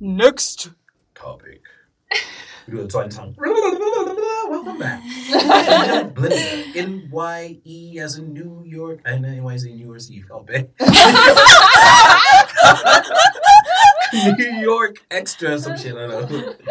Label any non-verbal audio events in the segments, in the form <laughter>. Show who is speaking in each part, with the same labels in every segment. Speaker 1: Next
Speaker 2: topic. You do a twine tongue. <laughs> Welcome back. N Y E as in New York. And N Y as in New York Eve. Oh, babe. <laughs> New York extra some shit. I don't know. <laughs>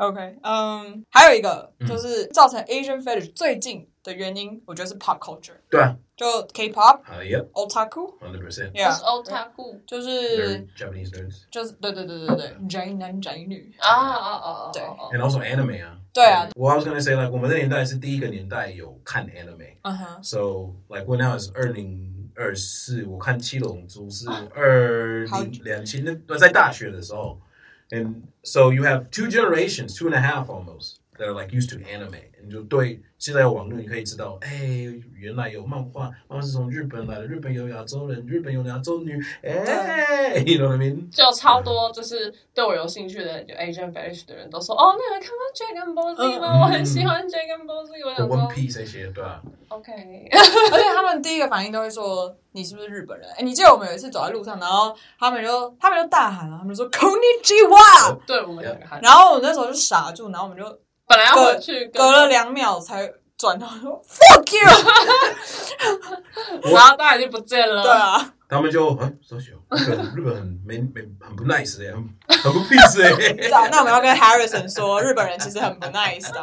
Speaker 1: OK，嗯、还有一个
Speaker 2: 嗯
Speaker 1: 就是造成 Asian fetish 最近的原因，我觉得是 pop culture，
Speaker 2: 对啊，
Speaker 1: 就 K-pop、
Speaker 2: Uh, yep,
Speaker 1: otaku，yeah，
Speaker 2: hundred percent.
Speaker 3: 就是 otaku
Speaker 1: 就是。
Speaker 2: Nerd, Japanese nerds,
Speaker 1: 就是对对对对对，宅男宅女，
Speaker 3: 啊啊啊啊！
Speaker 1: 对
Speaker 3: 啊
Speaker 2: and also anime. Huh?
Speaker 1: 对啊。
Speaker 2: Well, I was gonna say like 我们的年代是第一个年代有看 anime.
Speaker 1: 嗯哼，
Speaker 2: So like when I was 二零二四，我看《七龙珠》是二零两千年，在大学的时候。And so you have two generations, two and a half almost, that are like used to anime. And 就对现在网络你可以知道，哎，原来有漫画，漫画是从日本来的，日本有亚洲人，日本有亚洲女，哎，you know what I mean?
Speaker 3: 就超多就是对我有兴趣的就 Asian fetish 的人都说，哦，那个看过 Dragon Ball Z 吗？
Speaker 2: 嗯
Speaker 3: 我很喜欢 Dragon Ball Z，我想
Speaker 2: One
Speaker 3: 说
Speaker 2: Piece 那些，对吧？
Speaker 3: ，OK， <laughs>
Speaker 1: 而且他们第一个反应都会说你是不是日本人？哎、你记得我们有一次走在路上，然后他们就他们就大喊啊了，他们就说 Konichiwa，
Speaker 3: 对我们两个还
Speaker 1: 然后我那时候就傻住，然后我们就
Speaker 3: 本来要回去跟
Speaker 1: 隔了，两秒才转头说 Fuck you，
Speaker 3: 然后大家已经不见了，
Speaker 1: 对，啊，
Speaker 2: 他们就啊，说小日本日本很没没很不 nice 哎、很很不 peace 哎、
Speaker 1: 对啊那我们要跟 Harrison 说，日本人其实很不 nice 的，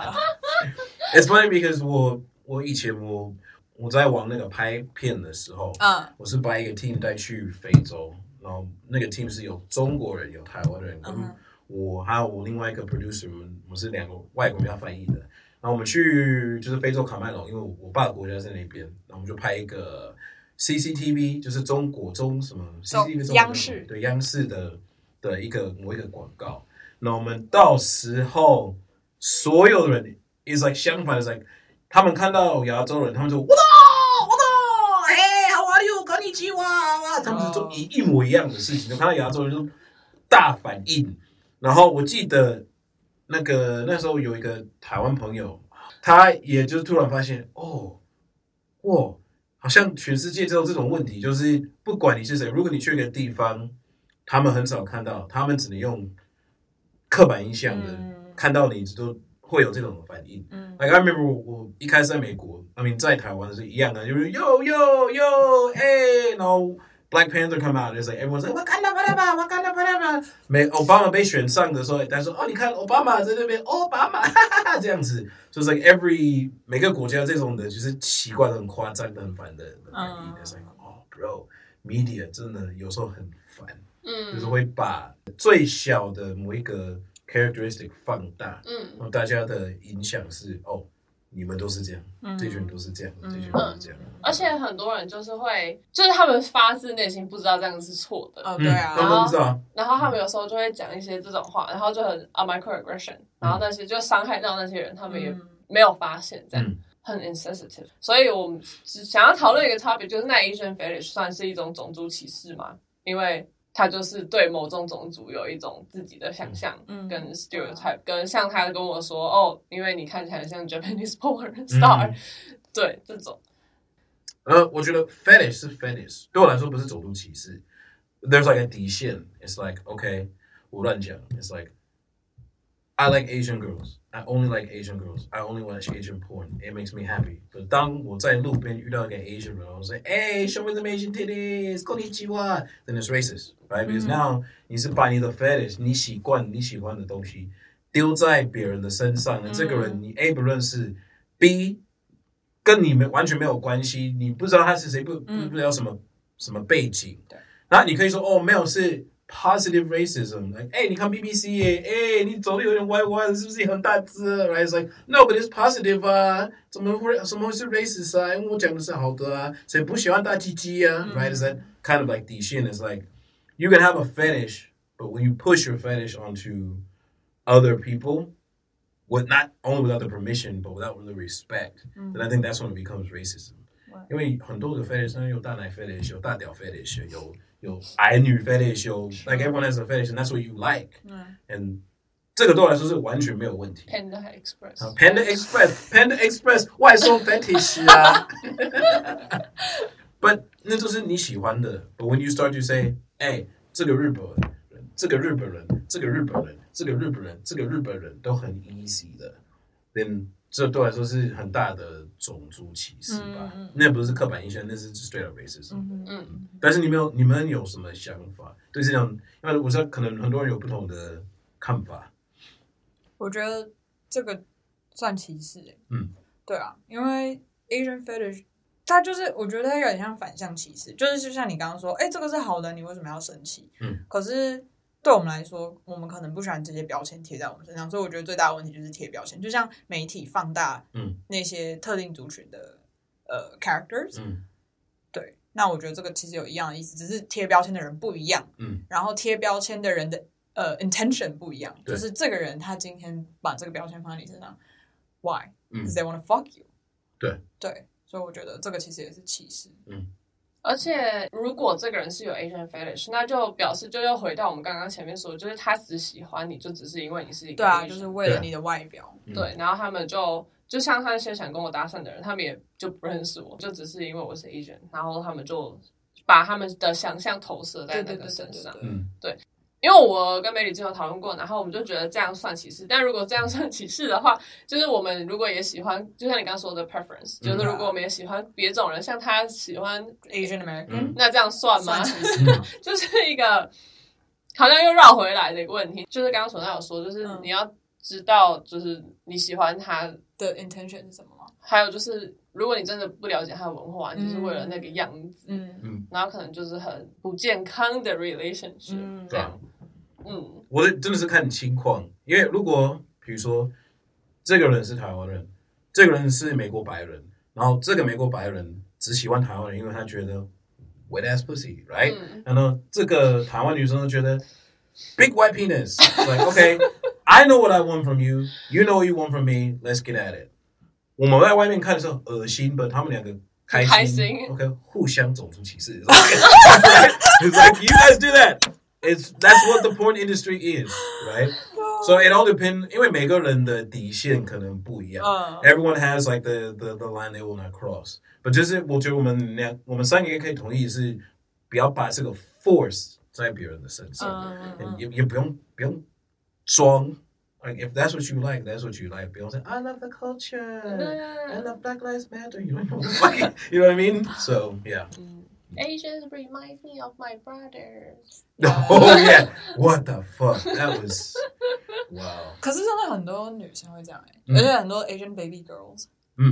Speaker 2: It's funny because 我我以前我我在玩那个拍片的时候，
Speaker 1: 嗯
Speaker 2: 我是把一个 team 带去非洲，然后那个 team 是有中国人、有台湾人，跟
Speaker 1: 嗯哼
Speaker 2: 我还有我另外一个 producer，我们我们是两个外国人要翻译的。然后我们去就是非洲卡麦隆，因为我我爸的国家在那边，然后我们就拍一个 CCTV，就是中国中什么 CCTV 中国
Speaker 1: 央视
Speaker 2: 对央视的的一个某一个广告。那我们到时候所有人 is like 相反，is like 他们看到亚洲人，他们就我操我操，哎，How are you？赶紧去哇哇，他们是做一一模一样的事情，就看到亚洲人就大反应。然后我记得那个那时候有一个台湾朋友，他也就突然发现，哦，哇，好像全世界都有这种问题，就是不管你是谁，如果你去一个地方，他们很少看到，他们只能用刻板印象的、
Speaker 1: 嗯
Speaker 2: 看到你都会有这种反应。
Speaker 1: 嗯
Speaker 2: Like I remember 我我一开始在美国，I mean 在台湾是一样的，就是 Yo Yo Yo 哎，然后 Black Panther come out，就是 everyone's like Wakanda forever, Wakanda forever。美奥巴马被选上的时候，大家说哦，你看奥巴马在那边，奥巴马哈哈哈这样子，就是 like every 每个国家这种的，就是奇怪的、很夸张的、很烦的反应。
Speaker 1: 嗯
Speaker 2: It's like 哦，bro。Media 真的有时候很烦，就是
Speaker 3: 嗯
Speaker 2: 会把最小的某一个 characteristic 放大，
Speaker 3: 嗯
Speaker 2: 然后大家的影响是哦，你们都是这样，
Speaker 1: 嗯
Speaker 2: 这群人都是这样，
Speaker 1: 嗯
Speaker 2: 这群人都是这样。
Speaker 3: 而且很多人就是会，就是他们发自内心不知道这样是错的，
Speaker 1: 哦
Speaker 2: 嗯
Speaker 1: 对啊
Speaker 2: 他，们都不知道，
Speaker 3: 然后他们有时候就会讲一些这种话，然后就很啊 microaggression，
Speaker 2: 嗯
Speaker 3: 然后但是就伤害到那些人，他们也
Speaker 1: 嗯
Speaker 3: 没有发现这样。
Speaker 2: 嗯
Speaker 3: 很 insensitive，所以我们只想要讨论一个 topic，就是那 Asian fetish 算是一种种族歧视吗？因为他就是对某种种族有一种自己的想象
Speaker 1: 嗯
Speaker 3: 跟 stereotype，、跟像他跟我说哦，因为你看起来很像 Japanese <laughs> porn star，、对这种，
Speaker 2: 呃，我觉得 fetish 是 fetish，对我来说不是种族歧视。There's like a 底线，It's like OK，我乱讲，It's like I like Asian girls, I only like Asian girls, I only watch Asian porn, it makes me happy。可当我在路边遇到一个 Asian 人，我说 Hey, show me some Asian titties, konnichiwa, then it's racist, right? Because now 你是把你的 fetish，你习惯你喜欢的东西丢在别人的身上，那这个人你 A 不认识，B 跟你们完全没有关系，你不知道他是谁，不不
Speaker 1: 嗯
Speaker 2: 不知道什么什么背景
Speaker 3: 对。
Speaker 2: 然后你可以说哦，没有是 positive racism，like, 哎、你看 BBC 耶、哎、你走的有点歪歪的，是不是很大只？Right？It's like no，but it's positive 啊，怎么会什么会是 racist 啊？因为我讲的是好的啊，谁不喜欢大鸡鸡啊、
Speaker 1: 嗯
Speaker 2: r i g h t i s that kind of like 底线？It's like you can have a fetish, but when you push your fetish onto other people with not only without the permission but without the respect, then I think that's when it becomes racism.
Speaker 1: 哇
Speaker 2: 因为很多的 fetish，那有大奶 fetish，有大屌 fetish，有有矮女 fetish，有 like everyone has a fetish，and that's what you like，and
Speaker 1: 嗯
Speaker 2: 这个对我来说是完全没有问题。
Speaker 3: Panda Express，
Speaker 2: 啊 Panda Express，Panda Express 外送 fetish 啊。But 那就是你喜欢的。But when you start to say，哎、这个日本人这个日本人，这个日本人，这个日本人，这个日本人都很 easy 的，嗯，这对我来说是很大的种族歧视吧
Speaker 1: 嗯嗯嗯？
Speaker 2: 那不是刻板印象，那是 straight up racism。
Speaker 1: 嗯
Speaker 3: 嗯嗯，
Speaker 2: 但是你们有你们有什么想法？对这样，因为我知道可能很多人有不同的看法。
Speaker 1: 我觉得这个算歧视、欸。
Speaker 2: 嗯，
Speaker 1: 对啊，因为 Asian fetish，它就是我觉得它有点像反向歧视，就是就像你刚刚说，哎、这个是好的，你为什么要生气？
Speaker 2: 嗯，
Speaker 1: 可是对我们来说，我们可能不喜欢这些标签贴在我们身上，所以我觉得最大的问题就是贴标签，就像媒体放大
Speaker 2: 嗯
Speaker 1: 那些特定族群的呃 characters，、
Speaker 2: 嗯
Speaker 1: 对，那我觉得这个其实有一样的意思，只是贴标签的人不一样。
Speaker 2: 嗯
Speaker 1: 然后贴标签的人的呃 intention 不一样，
Speaker 2: 对
Speaker 1: 就是这个人他今天把这个标签放在你身上，why？
Speaker 2: 嗯
Speaker 1: Because they want to fuck you
Speaker 2: 对
Speaker 1: 对，所以我觉得这个其实也是歧视。
Speaker 3: 而且如果这个人是有 Asian fetish，那就表示就又回到我们刚刚前面说的，就是他只喜欢你，就只是因为你是一个
Speaker 1: 对啊，
Speaker 3: Asian
Speaker 1: 就是为了你的外表。
Speaker 2: 嗯
Speaker 3: 对，然后他们就就像他那些想跟我搭讪的人，他们也就不认识我，就只是因为我是 Asian，然后他们就把他们的想象投射
Speaker 1: 对
Speaker 3: 在那
Speaker 1: 对对
Speaker 3: 个
Speaker 1: 对
Speaker 3: 身
Speaker 1: 对
Speaker 3: 上。
Speaker 1: 对。
Speaker 2: 嗯
Speaker 3: 因为我跟梅里之前有讨论过，然后我们就觉得这样算歧视。但如果这
Speaker 1: 嗯
Speaker 3: 样算歧视的话，就是我们如果也喜欢，就像你刚刚说的 preference，
Speaker 2: 嗯
Speaker 3: 就是如果我们也喜欢别种人，像他喜欢，
Speaker 1: Asian American、
Speaker 2: 嗯
Speaker 3: 那这样算
Speaker 1: 算？
Speaker 3: 吗
Speaker 1: 歧视
Speaker 2: 嗯
Speaker 1: 吗？
Speaker 3: <laughs> 就是一个好像又绕回来的一个问题。就是刚刚索娜有说，就是
Speaker 1: 嗯
Speaker 3: 你要知道，就是你喜欢他
Speaker 1: 的 intention 是什么吗？
Speaker 3: 还有就是，如果你真的不了解他的文化，你就是为了那个样子，
Speaker 1: 嗯
Speaker 2: 嗯，
Speaker 3: 然后可能就是很不健康的 relationship。
Speaker 1: 嗯
Speaker 2: 对啊，
Speaker 3: 嗯
Speaker 2: 我的真的是看情况，因为如果比如说这个人是台湾人，这个人是美国白人，然后这个美国白人只喜欢台湾人，因为他觉得 wet ass pussy，right？、
Speaker 3: 嗯，
Speaker 2: 然后这个台湾女生就觉得 big white penis，like okay。I know what I want from you. You know what you want from me. Let's get at it. 我们在外面看的时候恶心，but 他们两个开心。
Speaker 3: 开心
Speaker 2: OK，互相种族歧视。It's like, <laughs> it's like you guys do that. It's that's what the porn industry is, right?
Speaker 1: 啊
Speaker 2: So it all depends. 因为每个人的底线可能不一样。
Speaker 3: Uh.
Speaker 1: 嗯
Speaker 2: Everyone has like the the the line they will not cross. But 就是我觉得我们两我们三个也可以同意是，不要把这个 force 在别人的身上。
Speaker 3: Uh.
Speaker 1: 嗯
Speaker 2: 嗯
Speaker 1: 嗯
Speaker 2: 也也不用不用装。Like if that's what you like, that's what you like. 不用说 I love the culture, I
Speaker 3: 那
Speaker 2: love Black Lives Matter. You don't know <laughs> fucking, you know what I mean? So yeah.
Speaker 3: 嗯 Asians remind me of my brothers。
Speaker 1: 啊
Speaker 2: <laughs> Oh yeah. What the fuck? That was wow.
Speaker 1: 可是真的很多女生会这样哎、
Speaker 2: 嗯
Speaker 1: 而且很多 Asian baby girls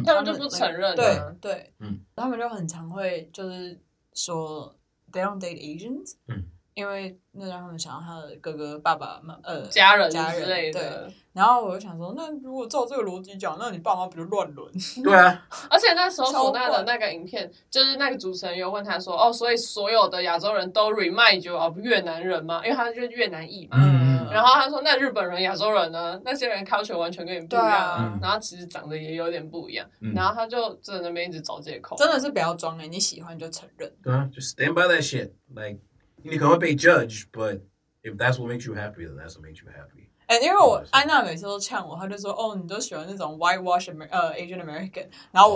Speaker 3: 他们就不承认
Speaker 1: 对
Speaker 3: 啊。
Speaker 1: 对，
Speaker 2: 嗯，
Speaker 1: 他们就很常会就是说 they don't date Asians，
Speaker 2: 嗯，
Speaker 1: 因为那让他们想到他的哥哥、爸爸妈呃
Speaker 3: 家人
Speaker 1: 家人
Speaker 3: 之类的，
Speaker 1: 然后我就想说，那如果照这个逻辑讲，那你爸妈不就乱伦？
Speaker 2: 对啊，
Speaker 3: 而且那时候
Speaker 1: 超
Speaker 3: 索娜
Speaker 1: 怪
Speaker 3: 的那个影片，就是那个主持人有问他说：“哦，所以所有的亚洲人都 remind you of 越南人吗？因为他就是越南裔嘛。
Speaker 2: 嗯
Speaker 3: 然后他说：“那日本人、亚洲人呢？那些人 culture 完全跟你不一
Speaker 1: 对
Speaker 3: 样、
Speaker 1: 啊
Speaker 2: 嗯
Speaker 3: 然后其实长得也有点不一样。
Speaker 2: 嗯
Speaker 3: 然后他就在那边一直找借口。
Speaker 1: 真的是不要装哎、你喜欢就承认。
Speaker 2: 对啊，just stand by that shit. Like 你可能会被 judge, but if that's what makes you happy, then that's what makes you happy.
Speaker 1: 哎、因为我
Speaker 2: 嗯
Speaker 1: 安娜每次都呛我，她就说：“哦，你都喜欢那种 white wash Amer 呃 Asian American。”然后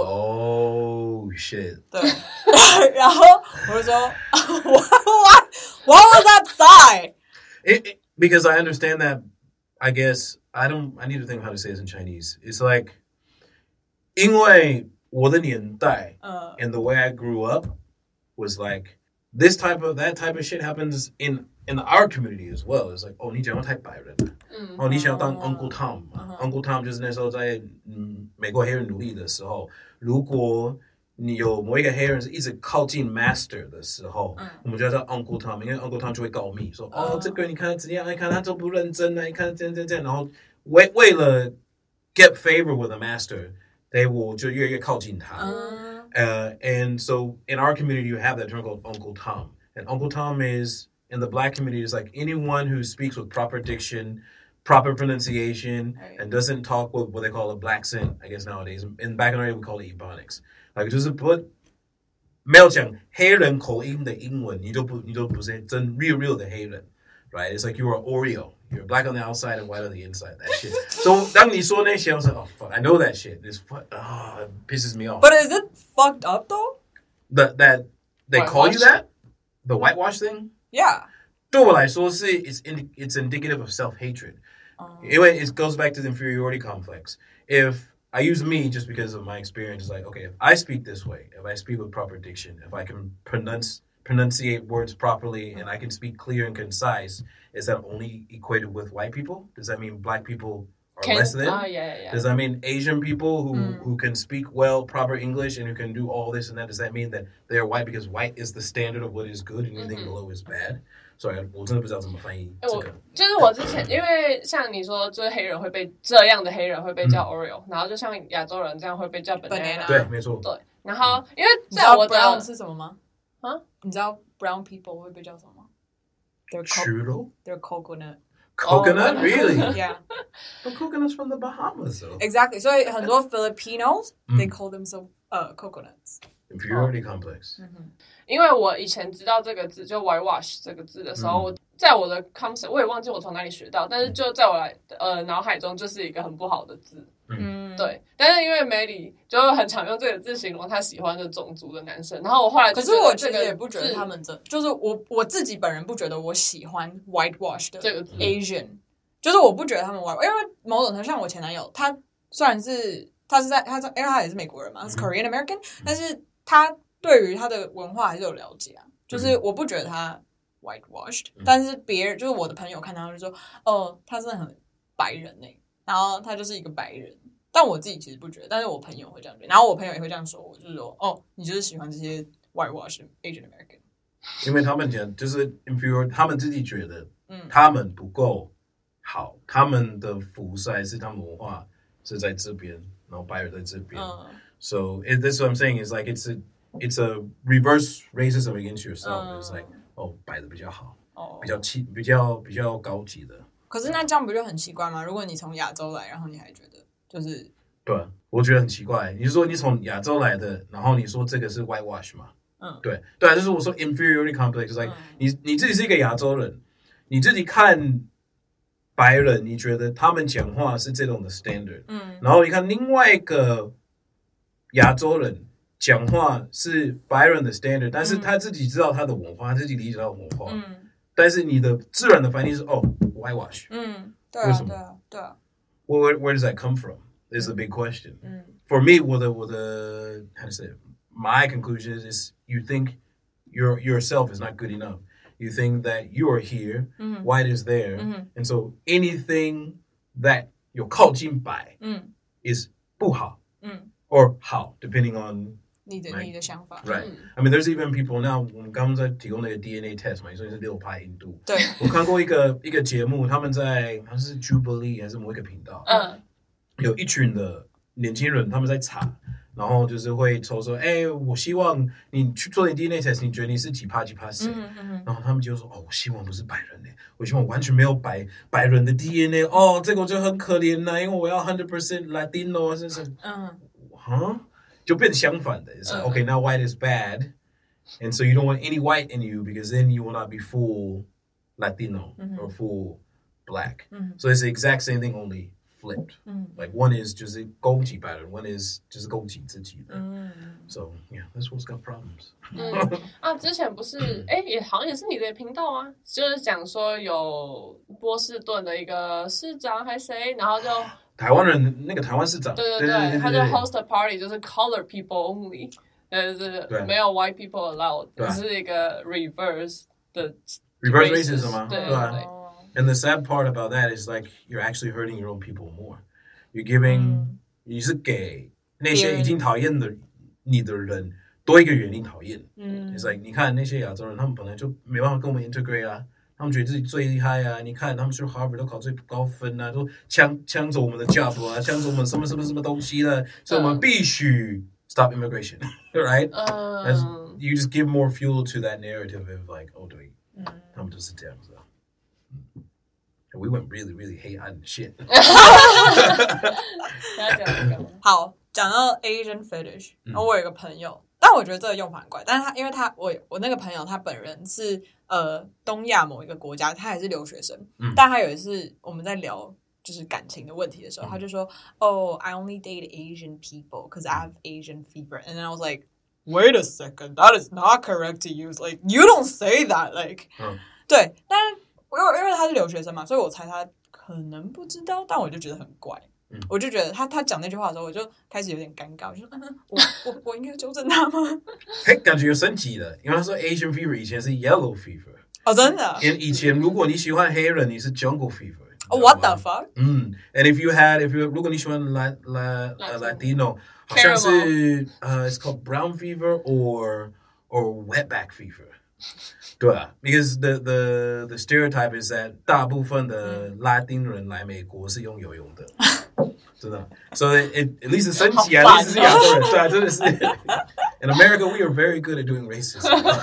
Speaker 1: 我、
Speaker 2: 哦 Oh shit.
Speaker 1: 对， <laughs> 然后我就说 <laughs> ：“What <laughs> what what was that sigh？”
Speaker 2: it, it- because I understand that. I guess I don't. I need to think of how to say this in Chinese. It's like, 因为我的年代
Speaker 1: 嗯
Speaker 2: and the way I grew up was like this type of that type of shit happens in in our community as well. It's like oh, 哦，你想要太白人，
Speaker 3: 嗯
Speaker 2: 哦，你想要当
Speaker 1: 嗯
Speaker 2: Uncle Tom 嘛、
Speaker 1: 嗯
Speaker 2: u n c l e Tom 就是那时候在嗯美国黑人奴隶的时候，如果你有某一个黑人是一直靠近 Master 的时候，
Speaker 1: 嗯
Speaker 2: 我们就要叫 Uncle Tom，因为 Uncle Tom 就会告密说，哦
Speaker 1: 嗯，
Speaker 2: 这个人你看他怎样，你看他都不认真啊，你看他这样这样这样，然后为为了 get favor with the Master，they will 就越来越靠近他。
Speaker 1: Uh-huh。嗯
Speaker 2: Uh, and so in our community, you have that term called Uncle Tom. And Uncle Tom is, in the black community, is like anyone who speaks with proper diction, proper pronunciation,
Speaker 1: Right.
Speaker 2: and doesn't talk with what they call a black scent, I guess nowadays. In back in the day, we call it Ebonics. Like, just put. 没有讲黑人口音的英文，你都不你都不是真 real real 的黑人，right? It's like you are Oreo, you're black on the outside and white on the inside. That shit. So 当你说那些，I was like, oh fuck, I know that shit. This fuck, ah, it pisses me off.
Speaker 1: ，But is it fucked up though?
Speaker 2: The, that they call you
Speaker 3: Whitewash?
Speaker 2: that? The whitewash thing?
Speaker 1: Yeah.
Speaker 2: 对我来说是 it's in, it's indicative of self hatred.
Speaker 1: 哦
Speaker 2: Anyway, it goes back to the inferiority complex. If I use me just because of my experience, it's like okay, if I speak this way, if I speak with proper diction, if I can pronounce pronunciate words properly, and I can speak clear and concise, is that only equated with white people? Does that mean black people are
Speaker 3: Can-
Speaker 2: less than?
Speaker 3: Oh, yeah, yeah, yeah.
Speaker 2: Does that mean Asian people who,
Speaker 1: Mm.
Speaker 2: who can speak well proper English and who can do all this and that? Does that mean that they are white because white is the standard of what is good and anything
Speaker 3: Mhm.
Speaker 1: Mm-hmm.
Speaker 2: below is bad? Sorry,
Speaker 1: Oh,
Speaker 2: 我真的不知道怎么翻译这个。
Speaker 1: uh,
Speaker 3: 就是我之前，因为像你说，就是黑人会被这样的黑人会被叫 Oreo，、然后就像亚洲人这样会被叫
Speaker 1: Banana
Speaker 3: banana。
Speaker 2: 嗯对，没错。
Speaker 3: 对，然后因为
Speaker 1: 你知
Speaker 3: 在
Speaker 1: 道
Speaker 3: 我
Speaker 1: brown
Speaker 3: 的
Speaker 1: 是什么吗？
Speaker 3: 啊？
Speaker 1: 你知道 brown people 会被叫什么吗？They're co
Speaker 2: Churro?
Speaker 1: they're coconut.
Speaker 2: Coconut?
Speaker 3: Oh.
Speaker 2: really?
Speaker 1: <laughs> Yeah,
Speaker 2: but coconut's from the Bahamas, though.
Speaker 1: exactly. 所以很多 Filipinos
Speaker 2: 嗯
Speaker 1: they call themselves 呃 coconuts.
Speaker 2: Inferiority
Speaker 1: oh.
Speaker 2: complex.
Speaker 1: 嗯哼
Speaker 3: 因为我以前知道这个字，就 white wash 这个字的时候，
Speaker 2: 嗯
Speaker 3: 我在我的 concept 我也忘记我从哪里学到，但是就在我来呃脑海中就是一个很不好的字，
Speaker 1: 嗯，
Speaker 3: 对。但是因为梅里就很常用这个字形容他喜欢的种族的男生，然后我后来
Speaker 1: 可
Speaker 3: 就是
Speaker 1: 我其
Speaker 3: 这
Speaker 1: 实
Speaker 3: 个
Speaker 1: 也不觉得
Speaker 3: 字
Speaker 1: 他们真，就是我我自己本人不觉得我喜欢 whitewash 的
Speaker 3: 这个字
Speaker 1: Asian，就是我不觉得他们 white，因为某种程度像我前男友，他虽然是他是在他在，因为他也是美国人嘛，他是
Speaker 2: 嗯
Speaker 1: Korean American，但是他对于他的文化还是有了解啊，就是我不觉得他 whitewashed，
Speaker 2: 嗯
Speaker 1: 但是别人就是我的朋友看他就说，哦，他真的很白人呢、然后他就是一个白人。但我自己其实不觉得，但是我朋友会这样觉得，然后我朋友也会这样说我，就是说，哦，你就是喜欢这些 whitewash Asian American，
Speaker 2: 因为他们讲就是 inferior，他们自己觉得
Speaker 1: 嗯，
Speaker 2: 他们不够好，他们的福赛是他们文化是在这边，然后白人在这边。
Speaker 1: 嗯
Speaker 2: So it, this is what I'm saying is like it's a it's a reverse racism against yourself. It's
Speaker 1: 嗯
Speaker 2: like oh, 哦，白的比较好，
Speaker 1: 哦
Speaker 2: 比，较气，比较比较高级的。
Speaker 1: 可是那这样不就很奇怪吗？如果你从亚洲来，然后你还觉得就是
Speaker 2: 对，我觉得很奇怪。你是说你从亚洲来的，然后你说这个是 whitewash 吗？
Speaker 1: 嗯
Speaker 2: 对，对啊，就是我说 inferiority complex，就是 like、
Speaker 1: 嗯
Speaker 2: 你你自己是一个亚洲人，你自己看白人，你觉得他们讲话是这种的 standard，
Speaker 1: 嗯
Speaker 2: 然后你看另外一个亚洲人讲话是白人的 standard，但是他自己知道他的文化，他自己理解到文化，
Speaker 1: 嗯
Speaker 2: 但是你的自然的反应是哦，whitewash。
Speaker 1: 嗯，对
Speaker 2: 为
Speaker 1: 啊
Speaker 2: 什么
Speaker 1: 对啊对啊，
Speaker 2: Well, where, where does that come from? Is a big question.
Speaker 1: 嗯
Speaker 2: For me, well, the, well, the how to say it, my conclusion is, is you think your yourself is not good enough. You think that you are here,
Speaker 1: 嗯
Speaker 2: white is there,
Speaker 1: 嗯
Speaker 2: and so anything that you're called Jim by
Speaker 1: 嗯
Speaker 2: is 不好
Speaker 1: 嗯，
Speaker 2: or 好, depending on
Speaker 1: 你的
Speaker 2: Right.
Speaker 1: 你的想法，
Speaker 2: Right.
Speaker 3: 嗯
Speaker 2: I mean, there's even people now. 我们刚刚在提供那个 DNA test 嘛，所以是六派印度。
Speaker 1: 对，
Speaker 2: 我看过一个一个节目，他们在好像是 Jubilee 还是某一个频道，
Speaker 3: 嗯
Speaker 2: 有一群的年轻人他们在查，然后就是会抽说，哎、我希望你去做你 DNA test，你觉得你是几趴几趴谁？
Speaker 1: 嗯嗯
Speaker 2: 然后他们就说：“哦，我希望不是白人呢、我希望完全没有白白人的 DNA。哦，这个我就很可怜呐、因为我要 hundred percent Latino，是是
Speaker 1: 嗯
Speaker 2: huh? 就变相反的。It's like,
Speaker 3: Uh-huh.
Speaker 2: okay, now white is bad. And so you don't want any white in you because then you will not be full Latino
Speaker 3: Mm-hmm.
Speaker 1: Mhm.
Speaker 2: or full black.
Speaker 1: 嗯
Speaker 2: So it's the exact same thing, only flipped.
Speaker 1: 嗯
Speaker 2: Like one is just a goji pattern, one is just goji mm
Speaker 1: 嗯
Speaker 2: So yeah, this one's got problems.
Speaker 3: 嗯啊，之前不是哎、也好像也是你的频道啊，就是讲说有波士顿的一个市长还谁，然后就
Speaker 2: 台湾人那个台湾市长，
Speaker 3: 对对对，他就 host a party，就是 color people only，呃，就是
Speaker 2: 对
Speaker 3: 没有 white people allowed，
Speaker 2: 对
Speaker 3: 只是一个 reverse 的
Speaker 2: reverse
Speaker 3: racist，
Speaker 2: racism 啊，
Speaker 3: 对，
Speaker 2: 对啊。
Speaker 3: 对。
Speaker 1: 哦
Speaker 2: And the sad part about that is like you're actually hurting your own people more. You're giving
Speaker 1: 别人。
Speaker 2: 你是给那些已经讨厌的你的人多一个原因讨厌。
Speaker 1: 嗯
Speaker 2: It's like 你看那些亚洲人，他们本来就没办法跟我们 integrate 啊，他们觉得自己最厉害啊。你看他们去 Harvard 都考最高分啊，都抢抢走我们的 job 啊，抢走我们什么什么什么东西了，所以我们必须 stop immigration, <laughs> right?
Speaker 3: 嗯， <laughs>
Speaker 2: You just give more fuel to that narrative of like, oh, 对。I'm
Speaker 1: 嗯
Speaker 2: just a damn so. And uh, hmm, we went really, really hate on shit.
Speaker 1: <laughs>
Speaker 3: 大家讲一个吗
Speaker 1: 好，讲到 Asian fetish，
Speaker 2: 嗯
Speaker 1: 然后我有一个朋友，但我觉得这个用法很怪，但是他因为他我我那个朋友他本人是呃东亚某一个国家，他也是留学生，
Speaker 2: 嗯
Speaker 1: 但他有一次我们在聊。就是感情的问题的时
Speaker 2: 嗯
Speaker 1: 候，他就说：“哦、i only date Asian people because I have Asian fever。” And then I was like, "Wait a second, that is not correct to use. Like, you don't say that. Like,
Speaker 2: <laughs> 嗯
Speaker 1: 对，但是我因为因为他是留学生嘛，所以我猜他可能不知道，但我就觉得很怪。
Speaker 2: 嗯
Speaker 1: 我就觉得他他讲那句话的时候，我就开始有点尴尬，我就
Speaker 2: <laughs>
Speaker 1: 说：“嗯，我我我应该纠正他吗 <laughs>
Speaker 2: 哎，感觉有升级了，因为他说 Asian fever 以前是 yellow fever，？”
Speaker 1: 哦，真的
Speaker 2: 以以前如果你喜欢黑人，你是 jungle fever
Speaker 1: 哦
Speaker 2: 你
Speaker 1: Oh,
Speaker 2: 知道吗。
Speaker 1: ，What the fuck？
Speaker 2: 嗯，and Mm. if you had if you 如果你喜欢拉拉呃 Latino，好像是呃、it's Uh, called brown fever or or wetback fever。对啊，because the the the stereotype is that 大部分的拉丁人来美国是用游泳的，真的。So it, it at least 升级啊，
Speaker 3: 好
Speaker 2: 历
Speaker 3: 烦哦
Speaker 2: 史是亚洲人，对啊，真的是。In America, we are very good at doing racism. <laughs>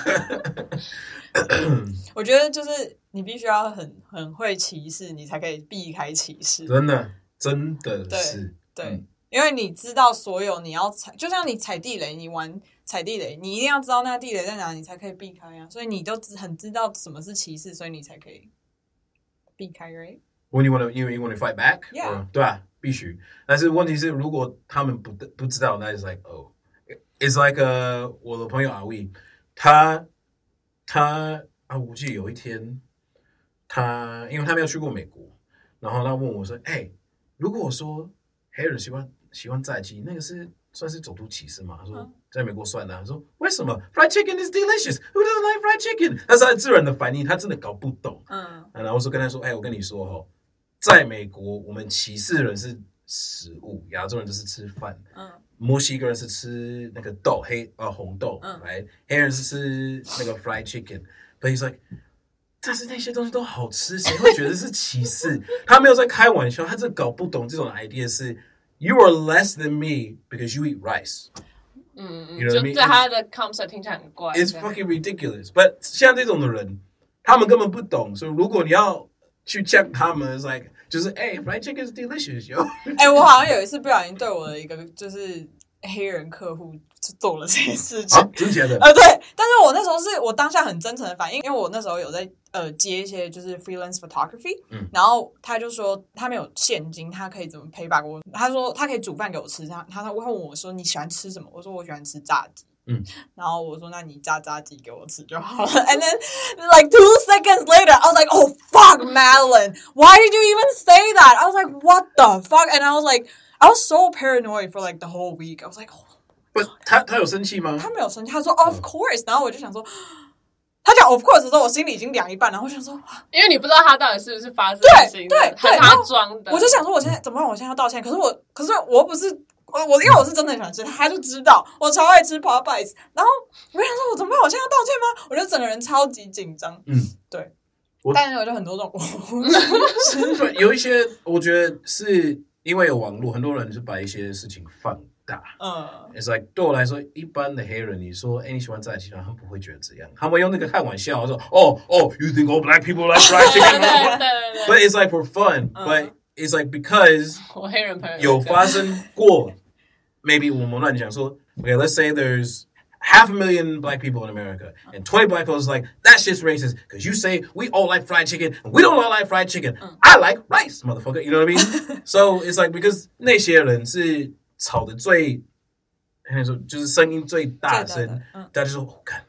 Speaker 1: 我觉得就是你必须要很很会歧视，你才可以避开歧视。
Speaker 2: 真的，真的是，
Speaker 1: 对，
Speaker 2: 嗯
Speaker 1: 因为你知道所有你要踩，就像你踩地雷，你玩踩地雷，你一定要知道那地雷在哪，你才可以避开啊。所以你都知很知道什么是歧视，所以你才可以避开 right？
Speaker 2: When you want to, you you want to fight back?
Speaker 1: Yeah.
Speaker 2: 嗯对啊，必须。但是问题是，如果他们不不知道，那就是 like oh, it's like 呃、我的朋友阿威，他他啊，我记得有一天，他因为他没有去过美国，然后他问我说，哎、如果我说黑人喜欢喜欢炸鸡，那个是算是种族歧视吗？他说。
Speaker 1: 嗯
Speaker 2: 在美国算的、啊，他说为什么 fried chicken is delicious? Who doesn't like fried chicken？但是他自然的反应，他真的搞不懂。
Speaker 1: 嗯，
Speaker 2: 然后我就跟他说：“哎、我跟你说哦，在美国，我们歧视人是食物，亚洲人就是吃饭，
Speaker 1: 嗯，
Speaker 2: 墨西哥人是吃那个豆黑呃红豆，
Speaker 1: 嗯
Speaker 2: 来、黑人是吃那个 fried chicken。But he's like，但是那些东西都好吃，谁会觉得是歧视？他没有在开玩笑，他真的搞不懂这种 idea 是 you are less than me because you eat rice。
Speaker 3: 嗯，嗯
Speaker 2: You know what I
Speaker 3: 就
Speaker 2: mean?
Speaker 3: 在他的 concept 听起来很怪。
Speaker 2: It's
Speaker 3: 这样
Speaker 2: fucking ridiculous. But 像这种的人，他们根本不懂，所以如果你要去 check 他们，it's like 就是哎、f r i e d chicken is delicious, yo。
Speaker 1: 哎、我好像有一次不小心对我的一个就是黑人客户做了这件事情。
Speaker 2: 啊，真的假的？
Speaker 1: 呃，对，但是我那时候是我当下很真诚的反应，因为我那时候有在呃接一些就是 freelance photography，
Speaker 2: 嗯
Speaker 1: 然后他就说他没有现金，他可以怎么 pay back 我？他说他可以煮饭给我吃，他他他问我说你喜欢吃什么？我说我喜欢吃炸鸡。
Speaker 2: 嗯，
Speaker 1: 然后我说那你炸炸鸡给我吃就好了。And <laughs> then like two seconds later, I was like, oh fuck, Madeline, why did you even say that? I was like, what the fuck? And I was like, I was so paranoid for like the whole week. I was like,
Speaker 2: 不，他他有生气吗？
Speaker 1: 他没有生气，他说 of course，然后我就想说，他讲 of course 的时候，我心里已经凉一半，然后我想说，啊
Speaker 3: 因为你不知道他到底是不是发自
Speaker 1: 对
Speaker 3: 内心
Speaker 1: 对
Speaker 3: 的，
Speaker 1: 对
Speaker 3: 还是他装的。
Speaker 1: 我就想说，我现在怎么办？我现在要道歉，可是我，可是我又不是我，我因为我是真的很喜欢吃，他就知道我超爱吃 Popeyes，然后我就想说，我怎么办？我现在要道歉吗？我就整个人超级紧张，
Speaker 2: 嗯，
Speaker 1: 对
Speaker 2: 我。
Speaker 1: 但是我就很多种，我
Speaker 2: 对，有一些我觉得是因为有网络，很多人是把一些事情放大。
Speaker 1: 嗯，
Speaker 2: It's like 对我来说，一般的黑人，你说哎、你喜欢炸鸡，他们不会觉得怎样，他们用那个开玩笑说哦哦，you oh, think all black people like fried
Speaker 3: 对 <laughs> 对
Speaker 2: chicken？But <laughs>
Speaker 3: 对对
Speaker 2: it's like for fun, but it's like because
Speaker 3: 对，我黑人朋友
Speaker 2: 有
Speaker 3: 也这样
Speaker 2: 发生过。Maybe 我们乱讲说，Okay, let's say there's half a million black people in America, and twenty black folks is like that shit's racist because you say we all like fried chicken, and we don't all like fried chicken.
Speaker 1: Mm.
Speaker 2: I like rice, motherfucker. You know what I mean?
Speaker 1: <laughs>
Speaker 2: so it's like because 那些人是吵的最， <laughs> 那时候就是声音最
Speaker 1: 最
Speaker 2: 大
Speaker 1: 大
Speaker 2: 声
Speaker 1: 的嗯，
Speaker 2: 大家就说我看。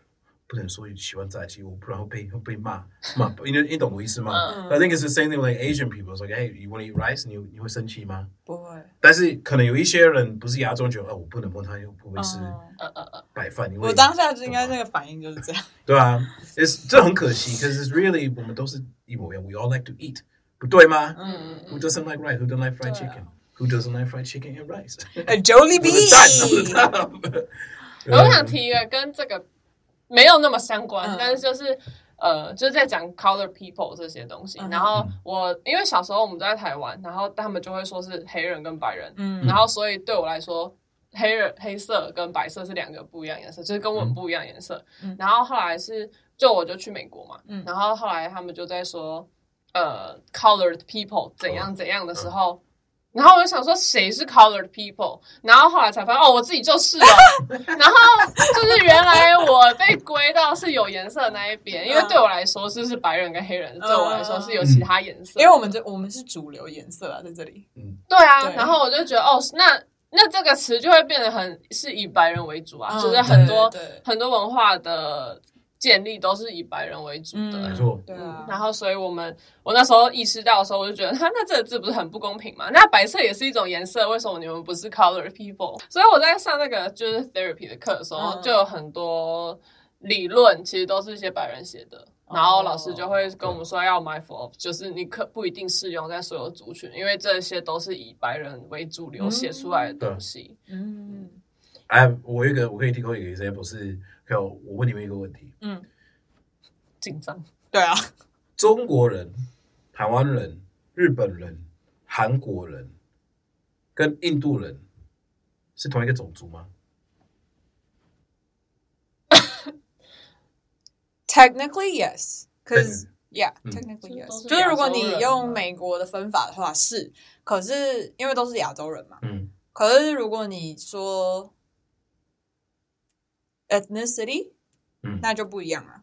Speaker 2: 不能说喜欢炸鸡，我不然会被会被骂骂，你你懂我意思吗、
Speaker 3: 嗯
Speaker 2: I think it's the same thing with like Asian people. It's like, hey, you want to eat rice? 你你会生气吗？
Speaker 1: 不会，
Speaker 2: 但是可能有一些人不是亚洲人，觉得哦，我不能摸它，又不会吃
Speaker 1: 嗯，
Speaker 3: 呃呃呃，
Speaker 2: 白饭，因为
Speaker 1: 我当下就应该那个反应就是这样，
Speaker 2: 对啊，it's 这很可惜，可是 really 我们都是一模一样，we all like to eat，不对吗、
Speaker 1: 嗯
Speaker 2: w h o doesn't like rice? Who doesn't like fried
Speaker 1: 对
Speaker 2: chicken?、
Speaker 1: 啊
Speaker 2: Who doesn't like fried chicken and rice?
Speaker 1: 哎，Jolie
Speaker 2: <laughs> 我的
Speaker 1: B，
Speaker 2: 蛋我的蛋
Speaker 3: 然后我想提一个跟这个没有那么相关，
Speaker 1: 嗯
Speaker 3: 但是就是呃，就是在讲 color people 这些东西。
Speaker 1: 嗯
Speaker 3: 然后我因为小时候我们都在台湾，然后他们就会说是黑人跟白人，
Speaker 1: 嗯
Speaker 3: 然后所以对我来说，黑人黑色跟白色是两个不一样颜色，就是跟我们不一样颜色。
Speaker 1: 嗯
Speaker 3: 然后后来是就我就去美国嘛，
Speaker 1: 嗯
Speaker 3: 然后后来他们就在说，呃，colored people 怎样怎样的时候。然后我就想说谁是 colored people，然后后来才发现哦，我自己就是哦。 <laughs> 然后就是原来我被归到是有颜色的那一边，
Speaker 1: 嗯
Speaker 3: 因为对我来说就是白人跟黑人，对我来说是有其他颜色。
Speaker 1: 因为我们这我们是主流颜色啊，在这里，
Speaker 3: 对啊，
Speaker 1: 对
Speaker 3: 然后我就觉得哦，那那这个词就会变得很是以白人为主啊，
Speaker 1: 嗯
Speaker 3: 就是很多
Speaker 1: 对对对
Speaker 3: 很多文化的建立都是以白人为主的。
Speaker 1: 嗯
Speaker 2: 没错，
Speaker 1: 对啊，
Speaker 3: 然后，所以我们我那时候意识到的时候，我就觉得，哈，那这个字不是很不公平吗？那白色也是一种颜色，为什么你们不是 color people？所以我在上那个就是 therapy 的课的时候，
Speaker 1: 嗯
Speaker 3: 就有很多理论，其实都是一些白人写的。然后老师就会跟我
Speaker 1: 哦
Speaker 3: 们说要 mindful of，就是你可不一定适用在所有族群，因为这些都是以白人为主流写出来的东西。
Speaker 1: 嗯
Speaker 2: I have- 我有一个我可以提供一个 example 是，还有我问你们一个问题：
Speaker 1: 嗯，
Speaker 3: 紧张，
Speaker 1: 对啊，
Speaker 2: 中国人、台湾人、日本人、韩国人跟印度人是同一个种族吗？
Speaker 1: Technically yes, because yeah,
Speaker 2: 嗯
Speaker 1: technically
Speaker 3: 就是都
Speaker 1: yes.
Speaker 3: 是
Speaker 1: 就是如果
Speaker 3: 亚洲
Speaker 1: 你
Speaker 3: 人
Speaker 1: 用
Speaker 3: 嘛
Speaker 1: 美国的分法的话是，可是因为都是亚洲人嘛。
Speaker 2: 嗯，
Speaker 1: 可是如果你说 ethnicity，
Speaker 2: 嗯
Speaker 1: 那就不一样了。啊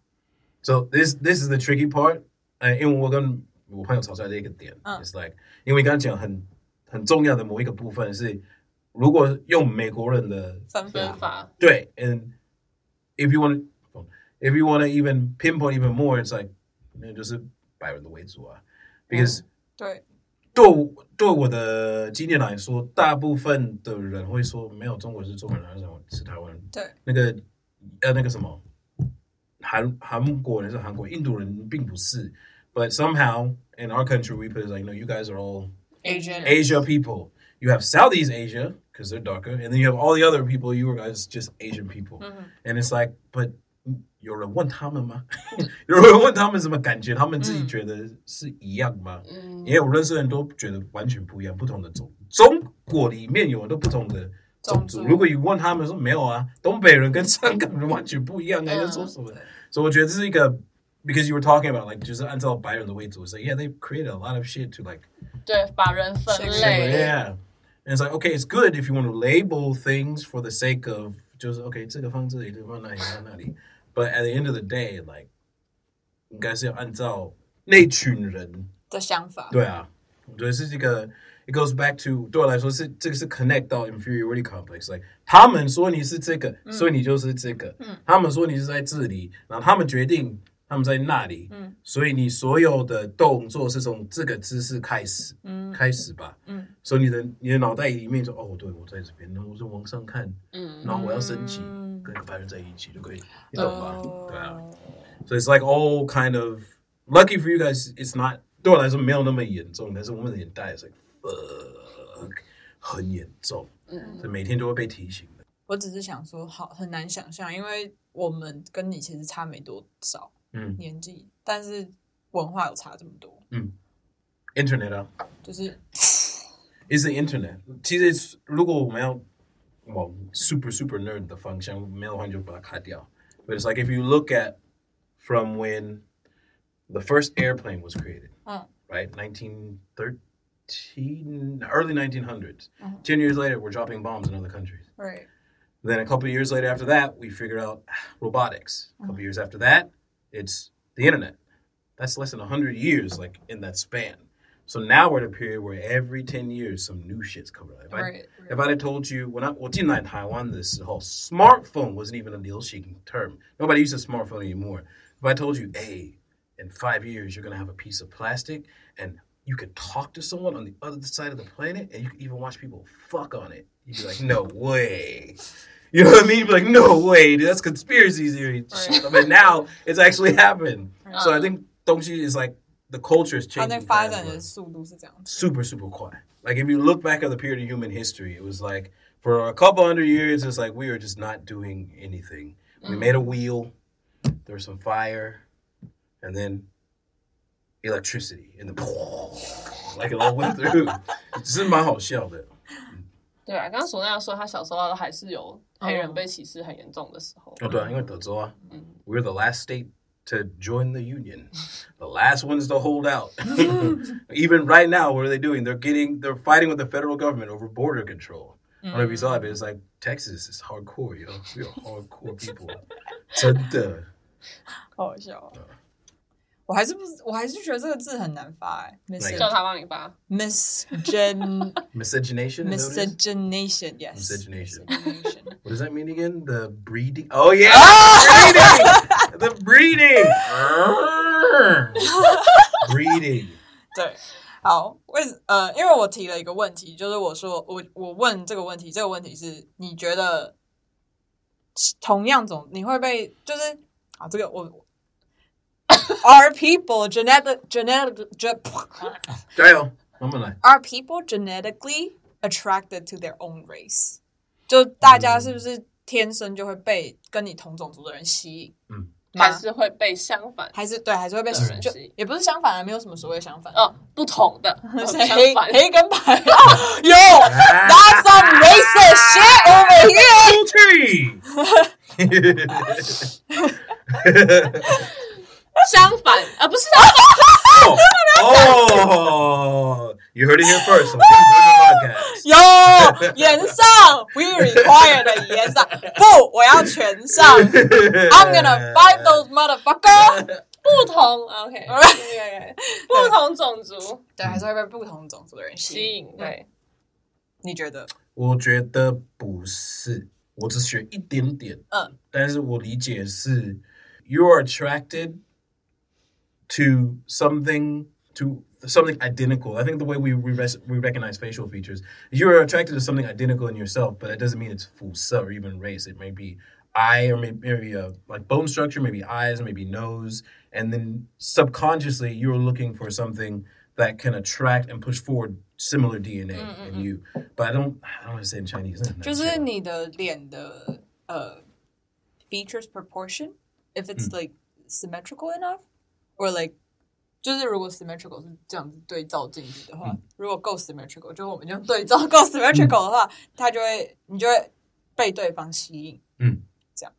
Speaker 2: So this this is the tricky part，呃，因为我跟我朋友吵出来的一个点、
Speaker 1: 嗯
Speaker 2: i s like，因为刚刚讲很很重要的某一个部分是，如果用美国人的
Speaker 1: 分
Speaker 2: 对啊
Speaker 3: 分法
Speaker 2: 对，and if you want if you want to even pinpoint even more，it's like 那就是白人的为主啊，because、
Speaker 1: 对，
Speaker 2: 对我对我的经验来说，大部分的人会说没有中国人是中国人，还是是台湾人。
Speaker 1: 对，
Speaker 2: 那个呃那个什么，韩韩国人是韩国，印度人并不是。But somehow in our country we put it like no, you guys are all
Speaker 1: Asian
Speaker 2: Asia people. You have Southeast Asia because they're darker, and then you have all the other people. You guys just Asian people, and it's like, but <laughs> 有人问他们吗？有人问他们什么感觉？他们自己觉得是一样吗？
Speaker 3: 嗯，
Speaker 2: 也有认识的人都觉得完全不一样，不同的种中国里面有很多不同的种族。
Speaker 1: 种族
Speaker 2: 如果你问他们说没有啊，东北人跟香港人完全不一样啊，
Speaker 3: 嗯
Speaker 2: 在说什么？所以我觉得这是一个，because you were talking about like 就是按照白人的位置，so yeah they created a lot of shit to like
Speaker 3: 对，把人分
Speaker 1: 对
Speaker 3: 类，
Speaker 2: yeah and it's like okay it's good if you want to label things for the sake of 就是 okay 这个放这里，这个放那里，放那里，but at the end of the day like 应该是要按照那群人。
Speaker 1: 的想法。
Speaker 2: 对啊，我觉得是这个，it goes back to 对我来说是这个是 connect 到 inferiority complex，like 他们说你是这个，
Speaker 1: 嗯
Speaker 2: 所以你就是这个，他们说你是在这里，然后他们决定他们在那里，
Speaker 1: 嗯
Speaker 2: 所以你所有的动作是从这个姿势开始，
Speaker 1: 嗯
Speaker 2: 开始吧，
Speaker 1: 嗯，
Speaker 2: 所以你的你的脑袋里面就哦，对我在这边，然后我就往上看，
Speaker 3: 嗯，
Speaker 2: 然后啊我要升级，
Speaker 1: 嗯
Speaker 2: 跟白人在一起就可以，你懂吧？对啊。
Speaker 1: 哦
Speaker 2: So it's like all kind of lucky for you guys. It's not 对我来说没有那么严重，但是我们的眼袋 is like fuck 很严重，
Speaker 3: 嗯
Speaker 2: 所以每天都会被提醒的。
Speaker 1: 我只是想说，好很难想象，因为我们跟你其实差没多少
Speaker 2: 嗯
Speaker 1: 年纪，但是文化有差这么多，
Speaker 2: ，Internet 啊
Speaker 1: 就是
Speaker 2: ，is the Internet。其实如果我们要往 super super nerd 的方向，没有的话你就把它卡掉。But it's like if you look at from when the first airplane was created.
Speaker 1: 嗯
Speaker 2: right? 1913, early 1900s.
Speaker 1: Mhm.
Speaker 2: 10 years later, we're dropping bombs in other countries.
Speaker 1: ，right，
Speaker 2: Then a couple of years later after that, we figured out ah, robotics. A couple years after that, it's the internet. That's less than 100 years like in that span. So now we're at a period where every 10 years some new shit's coming out. If, I,
Speaker 1: right，
Speaker 2: if I'd have told you when I well, didn't I in Taiwan this whole smartphone wasn't even a deal shaking term. Nobody uses smartphone anymore. If I told you, hey, in five years you're gonna have a piece of plastic and you could talk to someone on the other side of the planet and you could even watch people fuck on it. You'd be like, no way. <laughs> You know what I mean? You'd be like, no way, dude, that's conspiracy theory. shit. But now it's actually happened. So I think Dongxi is like the culture is
Speaker 1: 它
Speaker 2: changing.
Speaker 1: 在发
Speaker 2: fast,
Speaker 1: 展
Speaker 2: like-
Speaker 1: 的速度是这样子，
Speaker 2: super super quiet. Like if you look back at the period of human history, it was like for a couple hundred years, it's like we were just not doing anything. We made a wheel. There was some fire, and then electricity, and then <laughs> like it all went through. 这是蛮好笑的。
Speaker 3: 对啊，刚刚索娜说她小时候还是有黑人
Speaker 1: 嗯
Speaker 3: 被歧视很严重的时候，
Speaker 2: 哦，对啊，因为德州啊，
Speaker 3: 嗯。
Speaker 2: We're the last state to join the union. The last ones to hold out.
Speaker 1: Mm.
Speaker 2: <laughs>
Speaker 1: 嗯
Speaker 2: Even right now, what are they doing? They're getting they're fighting with the federal government over border control. I
Speaker 1: Mm.
Speaker 2: don't know if you saw it, but it's like Texas is hardcore, yo. We are hardcore people. 真的。
Speaker 1: 好好笑哦。我还是不，我还是觉得这个字很难发哎
Speaker 3: 叫
Speaker 1: Misog-
Speaker 2: ，like-
Speaker 3: 他帮你发，
Speaker 1: ，misgen
Speaker 2: Miscegenation? is that what it is?
Speaker 1: miscegenation，yes，
Speaker 2: Miscegenation
Speaker 1: <laughs> Miscegenation Ah!
Speaker 2: What does that mean again? The breeding? Oh yeah, breeding. the
Speaker 1: <laughs>
Speaker 2: breeding. breeding.
Speaker 1: 对，好，为什呃，因为我提了一个问题，就是我说我我问这个问题，这个问题是你觉得同样种你会被就是啊，这个我。Are people genetic genetic ge-
Speaker 2: 加油，慢慢来。
Speaker 1: Are people genetically attracted to their own race？就大家是不是天生就会被跟你同种族的人吸引？
Speaker 2: 嗯
Speaker 1: 吗，
Speaker 3: 还是会被相反
Speaker 1: 还是对，还是会被
Speaker 3: 当然
Speaker 1: 就是也不是相反啊，没有什么所谓相反，
Speaker 3: 哦，不同的
Speaker 1: <laughs> 是
Speaker 3: 相
Speaker 1: 黑
Speaker 3: 反。
Speaker 1: 黑跟白 <laughs> 啊，有 that's some racist shit over here。 <laughs>
Speaker 2: Guilty.
Speaker 3: 相反啊，不是相反
Speaker 2: <laughs> oh, oh, you heard it here first. on Big Brother Podcast.
Speaker 1: 有延上，we require 的延上，不，我要全上。I'm
Speaker 2: <laughs>
Speaker 1: gonna fight those motherfucker。
Speaker 3: 不同啊，OK，不同种族
Speaker 1: 对，还是会被 <laughs> 不同种族的人吸
Speaker 3: 吸
Speaker 1: 引。
Speaker 3: 引，对，
Speaker 1: 你觉得？
Speaker 2: 我觉得不是，我只学一点点。
Speaker 1: 嗯，
Speaker 2: 但是我理解是，you are attracted to something to something identical. I think the way we we, res- we recognize facial features, you are attracted to something identical in yourself, but that doesn't mean it's full or even race. It may be eye or maybe, maybe a like bone structure, maybe eyes, maybe nose, and then subconsciously you're looking for something that can attract and push forward similar DNA in you. But I don't I don't want to say in Chinese.
Speaker 1: Mm, 就是你的脸的呃 features proportion if it's like symmetrical enough or like 就是如果 symmetrical 是这样子对照镜子的话，如果够 symmetrical，就我们就对照够 <laughs> symmetrical 的话，它就会你就会被对方吸引。
Speaker 2: 嗯，
Speaker 1: 这样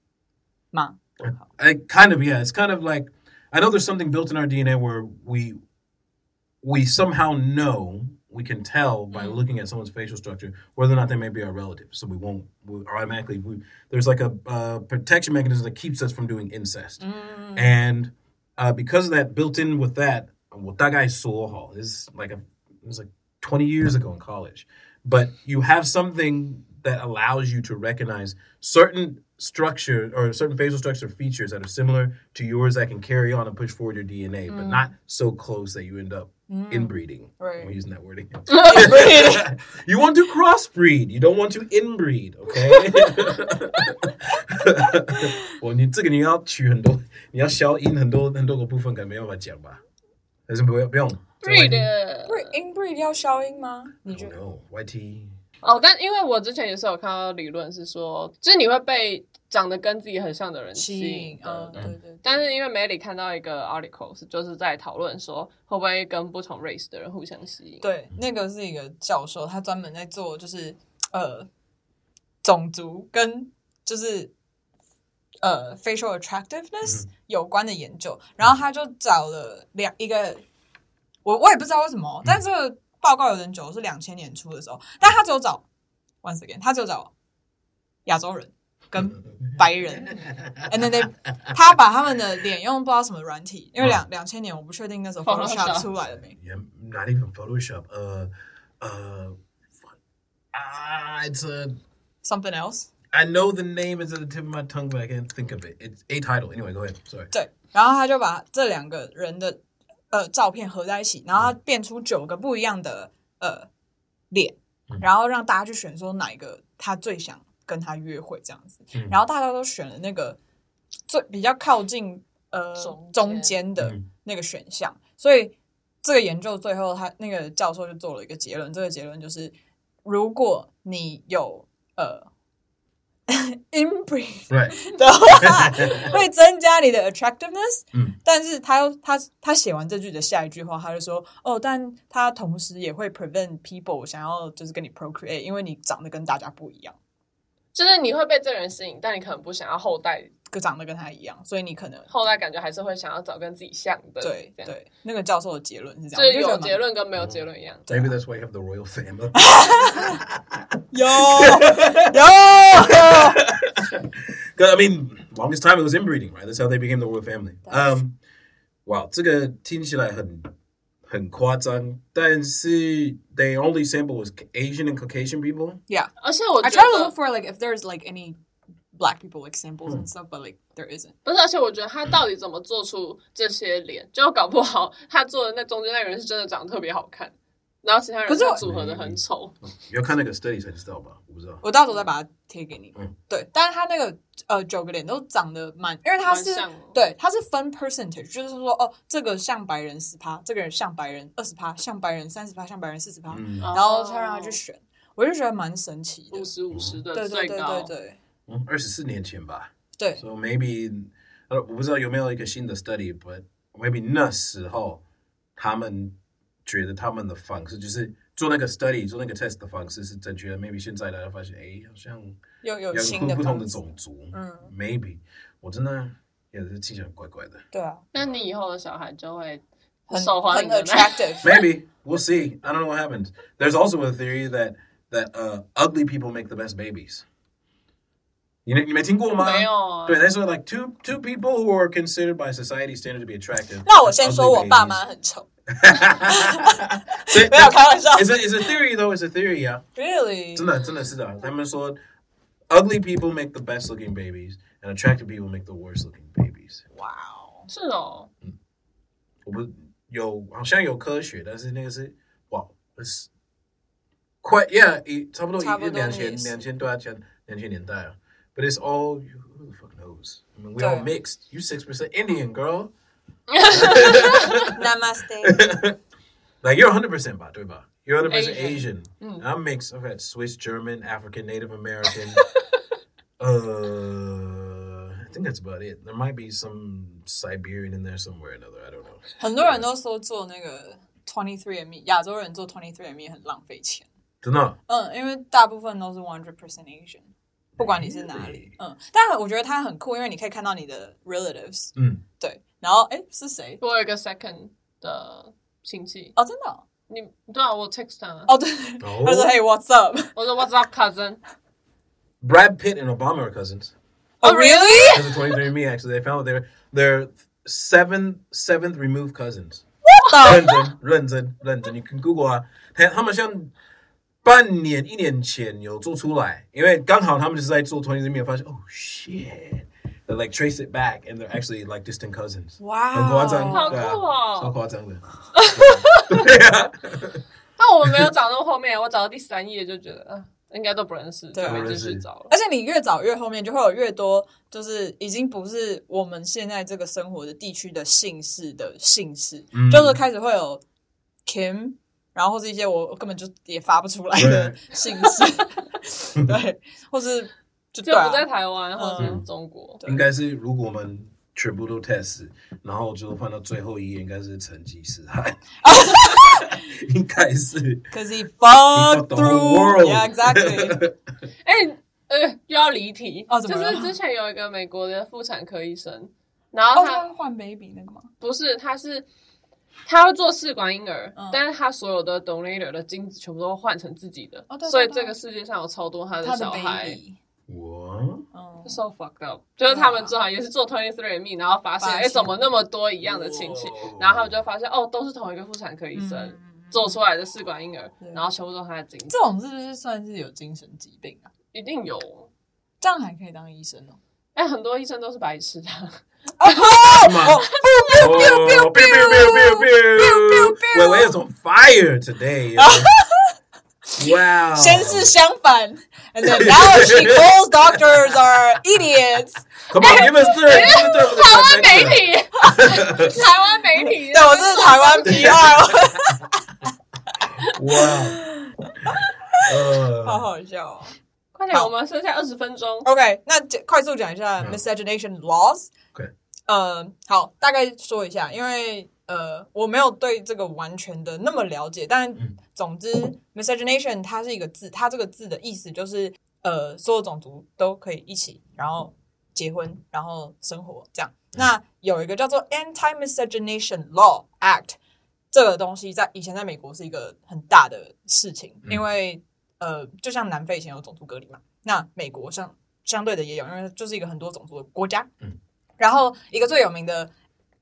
Speaker 1: 吗？
Speaker 2: I kind of yeah. It's kind of like I know there's something built in our DNA where we we somehow know we can tell by looking at someone's facial structure whether or not they may be our relative. So we won't we automatically. We, there's like a uh, protection mechanism that keeps us from doing incest,
Speaker 1: Mm-hmm.
Speaker 2: and uh, because of that, built in with that, well, that guy Soho is like a it was like 20 years ago in college. But you have something that allows you to recognize certain structure or certain facial structure features that are similar to yours that can carry on and push forward your DNA, but not so close that you end up inbreeding.
Speaker 1: Mm. Right.
Speaker 2: We're using that word again. <laughs>
Speaker 1: <laughs>
Speaker 2: you want to crossbreed. You don't want to inbreed, okay? <laughs> 我你这个你要取很多，你要消音很多很多个部分，可能没办法讲吧？还是不用不用
Speaker 3: breed
Speaker 1: 不是 inbreed 要消音吗？你觉得？
Speaker 2: No, YT.
Speaker 3: 哦，但因为我之前也是有看到理论是说，就是你会被长得跟自己很像的人吸
Speaker 1: 吸
Speaker 3: 引
Speaker 1: 引，，嗯，
Speaker 3: 对
Speaker 1: 对对对。
Speaker 3: 但是因为媒体看到一个 article 是就是在讨论说会不会跟不同 race 的人互相吸引，
Speaker 1: 对，那个是一个教授，他专门在做就是呃种族跟就是呃 facial attractiveness 有关的研究，然后他就找了两一个，我我也不知道为什么，哦但这个报告有点久，是两千年初的时候，但他只有找 once again，他只有找亚洲人
Speaker 2: 嗯
Speaker 1: 跟白人，and then they <laughs> 他把他们的脸用不知道什么软体，因为两两千年我不确定那时候
Speaker 3: Photoshop
Speaker 1: Photoshop 出来了没。
Speaker 2: Yeah, not even Photoshop. Uh, uh, fuck. ah, it's a.
Speaker 1: Something else，
Speaker 2: I know the name is at the tip of my tongue, but I can't think of it. It's a title. Anyway, go ahead. Sorry.
Speaker 1: 对，然后他就把这两个人的呃照片合在一起，然后
Speaker 2: 嗯
Speaker 1: 他变出九个不一样的呃脸，
Speaker 2: 嗯
Speaker 1: 然后让大家去选说哪一个他最想跟他约会这样子，
Speaker 2: 嗯
Speaker 1: 然后大家都选了那个最比较靠近呃
Speaker 3: 中间
Speaker 1: 中间的
Speaker 2: 嗯
Speaker 1: 那个选项，所以这个研究最后他那个教授就做了一个结论，这个结论就是如果你有呃 <laughs> inbreed。
Speaker 2: Right.
Speaker 1: <laughs> 的话，会增加你的 attractiveness。
Speaker 2: 嗯，
Speaker 1: 但是他又他他写完这句的下一句话，他就说哦，但他同时也会 prevent people 想要就是跟你 procreate，因为你长得跟大家不一样，
Speaker 3: 就是你会被这个人吸引，但你可能不想要后代，
Speaker 1: 跟长得跟他一样，所以你可能
Speaker 3: 后代感觉还是会想要找跟自己像的，
Speaker 1: 对
Speaker 3: 这样，
Speaker 1: 对那个教授的结论是这
Speaker 3: 就是
Speaker 1: 样，
Speaker 3: 有
Speaker 1: 我就觉得蛮
Speaker 3: 结论跟没有结论一样。
Speaker 2: Maybe that's why you have the royal family.
Speaker 1: 有有
Speaker 2: 'Cause, I mean, longest time it was inbreeding, right? That's how they became the royal family.
Speaker 1: That's-
Speaker 2: Um, wow, 这个听起来很很夸张，但是 they only sample was Asian and Caucasian people.
Speaker 1: ，Yeah。
Speaker 3: 而且我
Speaker 1: I
Speaker 3: 觉
Speaker 1: try to look
Speaker 3: 得，
Speaker 1: for like if there's like any black people like samples and stuff, but like there isn't.
Speaker 3: 不是，而且我觉得他到底怎么做出这些脸，就搞不好他做的那中间那个人是真的长得特别好看，然后其他
Speaker 1: 可
Speaker 3: 人
Speaker 1: 是我嗯
Speaker 3: 是组合的很丑。
Speaker 2: 要看那个 study 才知道吧？我不知道。
Speaker 1: 我到时候再把它贴给你。
Speaker 2: 嗯
Speaker 1: 对，但是他那个呃九个脸都长得蛮，因为他是
Speaker 3: 蛮像哦
Speaker 1: 对，他是分 percentage，就是说哦，这个像白人十趴，这个人像白人二十趴，像白人三十趴，像白人四十趴，
Speaker 2: 嗯
Speaker 3: 哦
Speaker 1: 然后他让他去选，我就觉得蛮神奇的
Speaker 3: 五。十五十的
Speaker 1: 对对
Speaker 3: 最
Speaker 1: 对
Speaker 3: 高
Speaker 1: 对，对
Speaker 2: 嗯，二十四年前吧。
Speaker 1: 对，
Speaker 2: So maybe 呃，我不知道有没有一个新的 study，but maybe 那时候他们觉得他们的方式就是做那个 study 做那个 test 的方式是正确的。Maybe 现在大家发现，哎，好像
Speaker 1: 又有
Speaker 2: 两
Speaker 1: 新
Speaker 2: 个
Speaker 1: 的
Speaker 2: 不同的
Speaker 1: 方式
Speaker 2: 种族。
Speaker 1: 嗯，
Speaker 2: Maybe 我真的也是听起来怪怪的。
Speaker 1: 对啊，
Speaker 3: 那你以后的小孩就会
Speaker 1: 很
Speaker 3: 受欢
Speaker 1: 很
Speaker 3: 迎的那
Speaker 2: <laughs>
Speaker 1: attractive。
Speaker 2: Maybe we'll see. I don't know what happens. There's also a theory that that uh, ugly people make the best babies. You know, you may think, well,
Speaker 3: <laughs> 没
Speaker 2: my,
Speaker 3: 有啊
Speaker 2: but that's what, like two two people who are considered by society standard to be attractive.
Speaker 1: 那我先
Speaker 2: ugly
Speaker 1: 说我爸 <laughs>
Speaker 2: babies. <laughs>
Speaker 1: 妈很丑，
Speaker 2: So
Speaker 1: <laughs>
Speaker 2: it-
Speaker 1: 没有开玩笑
Speaker 2: It's a it's a theory though. It's a theory. Yeah,
Speaker 1: ，really？
Speaker 2: 哎真的真的是的。他们说，ugly people make the best looking babies, and attractive people make the worst looking babies.
Speaker 1: 哇哦，
Speaker 3: 是哦，
Speaker 2: 我不有好像有科学，但是那个是哇，那是快 yeah，一差不多
Speaker 1: 差不
Speaker 2: 一
Speaker 1: 多
Speaker 2: 两千
Speaker 1: 也是
Speaker 2: 两千多啊，前两千年代啊。But it's all who the fuck knows? I mean, we all
Speaker 1: 对
Speaker 2: mixed. You six percent Indian girl,
Speaker 1: ，Namaste。
Speaker 2: like you're hundred percent 吧，对吧？You're hundred percent Asian.
Speaker 3: Asian.
Speaker 1: Mm.
Speaker 2: And I'm mixed. I've got Swiss, German, African,
Speaker 1: <laughs>
Speaker 2: Native American. uh, I think that's about it. There might be some Siberian in there somewhere or another. I don't know.
Speaker 1: 很多人
Speaker 2: 嗯
Speaker 1: 都说做那个 twenty three and me，亚洲人做 twenty three and me 很浪费钱。
Speaker 2: 真的？
Speaker 1: 嗯，因为大部分都是 one hundred percent Asian，不管你是哪里
Speaker 2: Really？。
Speaker 1: 嗯，但我觉得它很酷，因为你可以看到你的 relatives。
Speaker 2: 嗯，
Speaker 1: 对，然后哎是谁？
Speaker 3: 我有一个 second 的亲戚，
Speaker 1: 哦，真的哦，
Speaker 3: 你对啊，我 text 他，
Speaker 1: 哦对，
Speaker 2: 哦
Speaker 1: 他说 Hey what's up？
Speaker 3: 我说 What's up cousin？
Speaker 2: Brad Pitt and Obama are cousins.
Speaker 1: 哦 really？
Speaker 2: Because of 23andMe, actually, they found their their seventh seventh removed cousins.
Speaker 1: 懂
Speaker 2: Renton, Renton, Renton. You can Google 啊，他他们像半年一年前有做出来，因为刚好他们就是在做 23andMe，发现 oh shit。They like trace it back, and they're actually like distant cousins.
Speaker 1: 哇
Speaker 2: 很夸张，
Speaker 1: 哦
Speaker 3: 好酷
Speaker 2: 对啊超夸
Speaker 3: 哦
Speaker 2: 张
Speaker 3: <laughs>
Speaker 2: 的。对啊，
Speaker 3: 但我们没有找到后面，我找到第三页就觉得，呃应该都不认识，就
Speaker 1: 对啊
Speaker 3: 没继续找了。
Speaker 1: 而且你越早越后面，就会有越多，就是已经不是我们现在这个生活的地区的姓氏的姓氏，
Speaker 2: 嗯
Speaker 1: 就是开始会有 Kim，然后或是一些我根本就也发不出来的 <laughs> 姓氏，
Speaker 2: <laughs>
Speaker 1: 对，或是就
Speaker 3: 就
Speaker 1: 对、啊
Speaker 3: 不、在台湾或者是
Speaker 1: 嗯
Speaker 3: 中国，
Speaker 1: 对
Speaker 2: 应该是如果我们全部都 test，然后就换到最后一页，应该是成吉思
Speaker 3: <laughs>
Speaker 2: 汗，应该是。
Speaker 1: ，cause he fucked
Speaker 2: fucked the whole
Speaker 1: through,
Speaker 2: world.
Speaker 1: yeah,
Speaker 2: <laughs>
Speaker 1: exactly.
Speaker 3: 哎、呃，又要离题
Speaker 1: 哦怎
Speaker 3: 就
Speaker 1: 么了
Speaker 3: 是之前有一个美国的妇产科医生，然后
Speaker 1: 哦，
Speaker 3: 他、
Speaker 1: 他换 baby 那个吗？
Speaker 3: 不是，他是他会做试管婴儿，
Speaker 1: 嗯
Speaker 3: 但是他所有的 donator 的精子全部都换成自己的，
Speaker 1: 哦对对
Speaker 3: 所以
Speaker 1: 对
Speaker 3: 这个世界上有超多他
Speaker 1: 他的
Speaker 3: 小孩。
Speaker 1: baby，
Speaker 2: 我
Speaker 1: 嗯，
Speaker 3: So fucked up，就是他们正好也是做 twenty three and me，然后发现
Speaker 1: 发现
Speaker 3: 哎怎么那么多一样的亲戚
Speaker 2: 哇，
Speaker 3: 然后他们就发现哦都是同一个妇产科医生、
Speaker 1: 嗯
Speaker 3: 做出来的试管婴儿
Speaker 1: 对，
Speaker 3: 然后全部都是他的精子，
Speaker 1: 这种是不是算是有精神疾病啊？
Speaker 3: 一定有。
Speaker 1: 这样还可以当医生哦？
Speaker 3: 哎，很多医生都是
Speaker 1: <laughs>
Speaker 3: 白痴的，
Speaker 2: 哦，biu biu biu biu biu，伟伟 is on fire today. Wow，
Speaker 1: 先是相反，and then now she calls doctors are idiots。
Speaker 2: Come on, give us the
Speaker 3: 台湾媒
Speaker 1: <laughs>
Speaker 3: 体，台湾媒体，
Speaker 1: 对，我是台湾 PR，
Speaker 2: Wow，Uh,
Speaker 1: 好
Speaker 2: 呃，
Speaker 1: 好笑哦。
Speaker 3: 快点，
Speaker 1: 好
Speaker 3: 我们剩下二十分钟。
Speaker 1: OK，那这快速讲一下
Speaker 2: 嗯
Speaker 1: miscegenation laws。
Speaker 2: OK
Speaker 1: 呃，好，大概说一下，因为呃，我没有对这个完全的那么了解，但
Speaker 2: 嗯
Speaker 1: 总之 miscegenation 它是一个字，它这个字的意思就是呃，所有种族都可以一起，然后结婚，然后生活这样。
Speaker 2: 嗯
Speaker 1: 那有一个叫做 Anti Miscegenation Law Act，这个东西在以前在美国是一个很大的事情，
Speaker 2: 嗯
Speaker 1: 因为呃，就像南非以前有种族隔离嘛，那美国相相对的也有，因为就是一个很多种族的国家。
Speaker 2: 嗯，
Speaker 1: 然后一个最有名的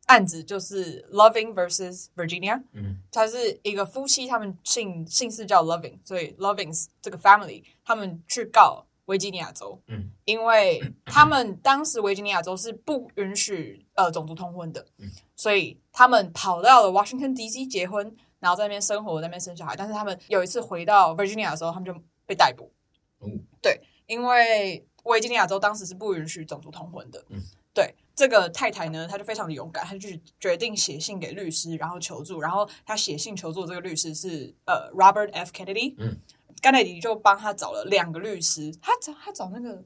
Speaker 1: 案子就是 Loving versus Virginia，
Speaker 2: 嗯
Speaker 1: 它是一个夫妻，他们姓姓氏叫 Loving，所以 Loving's 这个 family 他们去告。维吉尼亚州，
Speaker 2: 嗯，
Speaker 1: 因为他们当时维吉尼亚州是不允许呃种族通婚的，
Speaker 2: 嗯
Speaker 1: 所以他们跑到了 Washington D.C. 结婚，然后在那边生活，在那边生小孩。但是他们有一次回到 Virginia 的时候，他们就被逮捕。
Speaker 2: 哦
Speaker 1: 对，因为维吉尼亚州当时是不允许种族通婚的。
Speaker 2: 嗯
Speaker 1: 对，这个太太呢，她就非常的勇敢，她就决定写信给律师，然后求助。然后她写信求助的这个律师是呃 Robert F. Kennedy。
Speaker 2: 嗯，
Speaker 1: 甘乃迪就帮他找了两个律师，他找他找那个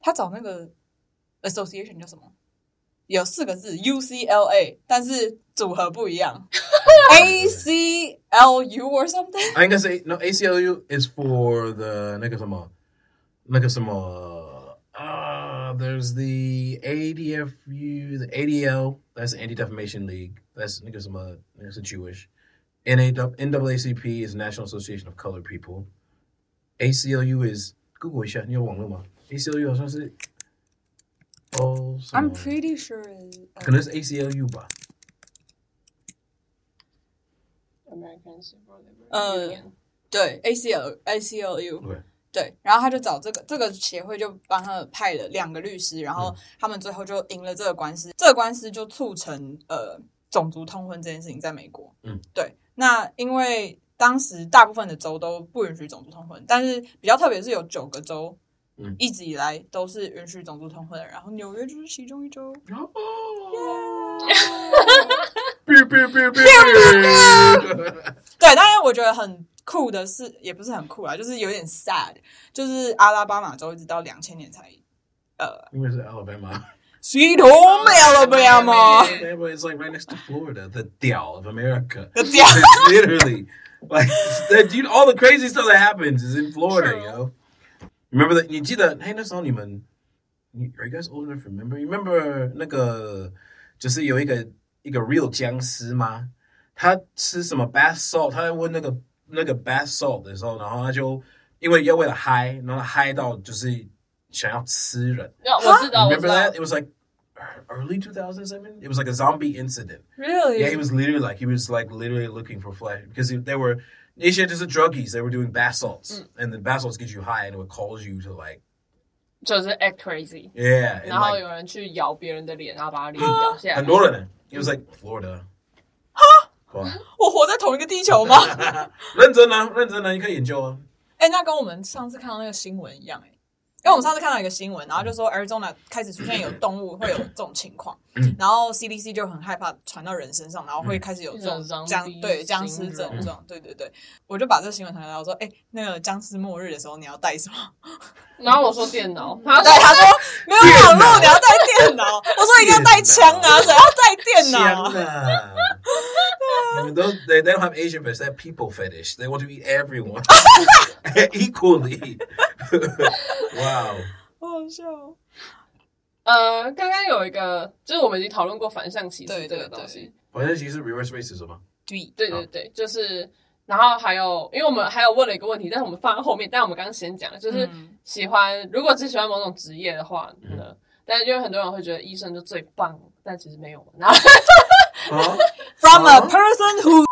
Speaker 1: 他找那个 association 叫什么？有四个字 UCLA，但是组合不一
Speaker 2: <laughs>
Speaker 1: 样，ACLU or something。
Speaker 2: I guess A, no ACLU is for the 那个什么-那个什么- uh, there's the ADFU, the ADL, that's the Anti Defamation League. That's 那个什么-那个是 Jewish. NA NAACP is National Association of Colored People. ACLU is Google 一下，你有网络吗 ACLU 好像是哦，
Speaker 1: I'm pretty sure is-
Speaker 2: 可能是 ACLU 吧。
Speaker 1: 嗯
Speaker 3: American Civil Liberties
Speaker 1: 呃
Speaker 3: Union
Speaker 1: 对 ACL ACLU
Speaker 2: OK
Speaker 1: 对，然后他就找这个这个协会就帮他派了两个律师，然
Speaker 2: 嗯
Speaker 1: 后他们最后就赢了这个官司，这个官司就促成呃种族通婚这件事情在美国，
Speaker 2: 嗯，
Speaker 1: 对，那因为当时大部分的州都不允许种族通婚，但是比较特别是有九个州。
Speaker 2: 嗯
Speaker 1: 一直以来都是允许种族通婚的，然后纽约就是其中一州。
Speaker 2: 哔哔哔哔哔！
Speaker 1: 对，当然我觉得很酷的是，也不是很酷啊，就是有点 sad，就是阿拉巴马州一直到两千年才呃，
Speaker 2: 因为是 Alabama。
Speaker 1: 水桶没了不要吗？
Speaker 2: Alabama is like right next to Florida, the Dell of America.
Speaker 1: 个屌！
Speaker 2: It's literally like that. Dude, all the crazy stuff that happens is in Florida,
Speaker 3: True.
Speaker 2: yo. Remember that? You see that? Hey, that's only man. You- Are you guys old enough to remember? You remember uh, 那个就是有一个一个 real 僵尸吗？他吃什么 bath salt？他在问那个那个 bath salt 的时候，然后他就因为要为了嗨，然后嗨到就是想要吃人。
Speaker 3: 那我知道，我
Speaker 2: Remember
Speaker 3: 知道
Speaker 2: that? It was like early 2007. It was like a zombie incident.
Speaker 1: Really?
Speaker 2: Yeah, he was literally like he was like literally looking for flesh because he- they were Asia just the druggies. They were doing bath salts, and the bath salts get you high, and it would cause you to like
Speaker 3: 就是 act crazy，
Speaker 2: yeah. And
Speaker 3: 然后
Speaker 2: like
Speaker 3: 有人去咬别人的脸，然后把他脸咬下来。
Speaker 2: and Florida, it was like Florida. Huh?
Speaker 1: 我活在同一个地球吗？ <laughs>
Speaker 2: 认真啊，认真啊，你可以研究啊。
Speaker 1: 哎、那跟我们上次看到那个新闻一样哎、因为我们上次看到一个新闻，然后就说 Arizona 开始出现有动物会有这种情况，然后 CDC 就很害怕传到人身上，然后会开始有这
Speaker 3: 嗯
Speaker 1: 种僵
Speaker 3: zombie
Speaker 1: 对僵尸症状，对对对，我就把这个新闻传到，我说哎、那个僵尸末日的时候你要带什么？
Speaker 3: 然后我说
Speaker 1: <laughs>
Speaker 3: 电脑，他
Speaker 1: 对，他说没有网络你要带电脑，我说一定要带枪啊，谁要带电脑啊？
Speaker 2: <laughs> 香啊。I mean, those, they, they don't have Asian fetish. They have people fetish. They want to eat <laughs> everyone equally. <laughs> wow.
Speaker 1: 好好笑哦，
Speaker 3: 呃，刚刚有一个，就是我们已经讨论过反向歧视
Speaker 1: 对
Speaker 3: 这
Speaker 1: 对
Speaker 3: 个东西，
Speaker 2: 反正其实 reverse racism 啊。
Speaker 1: 对，
Speaker 3: 对对对，就是，然后还有，因为我们还有问了一个问题，但是我们放在后面，但我们刚刚先讲，就是
Speaker 1: 嗯
Speaker 3: 喜欢，如果只喜欢某种职业的话呢，但是因为很多人会觉得医生就最棒，但其实没有嘛。然后，
Speaker 2: 啊？
Speaker 1: From a
Speaker 2: 啊
Speaker 1: person who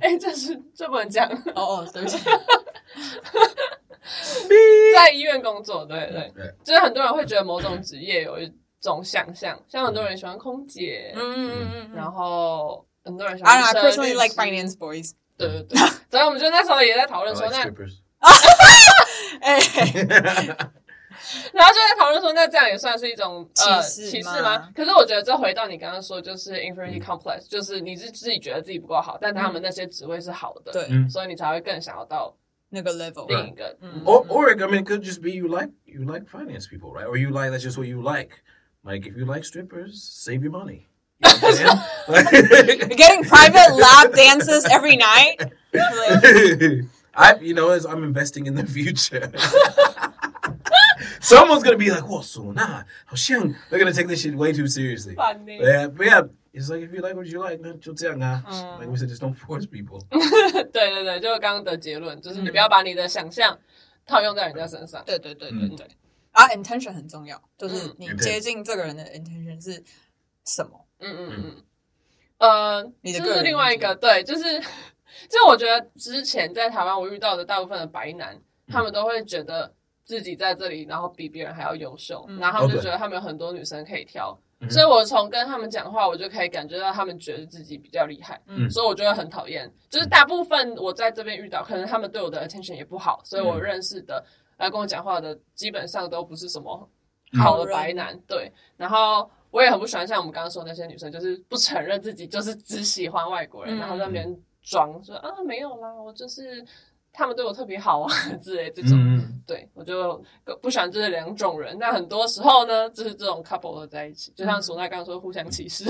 Speaker 3: 哎，这是这不能讲，
Speaker 1: <laughs> 哦 <laughs> 哦，对不起，
Speaker 3: 在医院工作，对对，
Speaker 2: 对
Speaker 3: 就是很多人会觉得某种职业有一种想象，像很多人喜欢空姐，
Speaker 1: 嗯嗯嗯嗯
Speaker 3: 然后很多人喜欢
Speaker 1: I don't know, I
Speaker 3: 医生
Speaker 1: personally
Speaker 3: 律
Speaker 1: like
Speaker 3: 师
Speaker 1: finance <laughs> boys.
Speaker 3: <laughs> 对对对，所以我们就那时候也在讨
Speaker 2: I <laughs>
Speaker 3: 论说，
Speaker 2: like
Speaker 3: 那
Speaker 2: strippers.
Speaker 1: 哎、
Speaker 3: 然后就在讨论说，那这样也算是一种
Speaker 1: 歧
Speaker 3: 呃
Speaker 1: 视
Speaker 3: 歧视
Speaker 1: 吗
Speaker 3: 吗？可是我觉得这回到你刚刚说，就是 inferiority complex，、就是你是自己觉得自己不够好，但他们那些职位是好
Speaker 1: 嗯
Speaker 3: 的，
Speaker 1: 对，
Speaker 2: 嗯
Speaker 3: 所以你才会更想要到
Speaker 1: 那个 level，Mm。
Speaker 3: 另一个。
Speaker 1: 嗯
Speaker 2: Or, or I mean, it could just be you like you like finance people, right? Or you like that's just what you like. Like if you like strippers, save your money. You know what I'm saying?
Speaker 1: You're getting private lab dances every night. Like,
Speaker 2: <laughs> I, you know, as I'm investing in the future. <laughs> Someone's gonna be like, "Whoa, so nah, Hoshiang." They're gonna take this shit way too seriously.
Speaker 3: 反正
Speaker 2: Yeah, but yeah, it's like if you like what you like, then just like we said, just don't force people.
Speaker 3: <laughs> 对对对，就是刚刚的结论，就是
Speaker 1: 嗯
Speaker 3: 你不要把你的想象套用在人家身上。
Speaker 1: 对对对对
Speaker 2: 嗯
Speaker 1: 对，啊，intention 很重要，就是你
Speaker 2: 嗯
Speaker 1: 接近这个人的 intention 是什么？
Speaker 3: 嗯嗯嗯，呃，
Speaker 1: 你的
Speaker 3: 这
Speaker 1: 个
Speaker 3: 是
Speaker 1: 人
Speaker 3: 另外一个，对，就是，就我觉得之前在台湾我遇到的大部分的白男，他
Speaker 1: 嗯
Speaker 3: 们都会觉得自己在这里，然后比别人还要优秀，
Speaker 1: 嗯
Speaker 3: 然后他们就觉得他们有很多女生可以挑。
Speaker 2: 嗯
Speaker 3: 所以我从跟他们讲话，我就可以感觉到他们觉得自己比较厉害，
Speaker 1: 嗯
Speaker 3: 所以我就会很讨厌。就是大部分我在这边遇到，可能他们对我的 attention 也不好，所以我
Speaker 2: 嗯
Speaker 3: 认识的来跟我讲话的，基本上都不是什么
Speaker 2: 嗯
Speaker 3: 好的白男。对，然后我也很不喜欢像我们刚刚说的那些女生，就是不承认自己就是只喜欢外国
Speaker 1: 嗯
Speaker 3: 人，然后在那边装说啊没有啦，我就是他们对我特别好啊之类这种。对，我就不喜欢这两种人。那很多时候呢，就是这种 couple 的在一起，就像索娜刚刚说，互相歧视。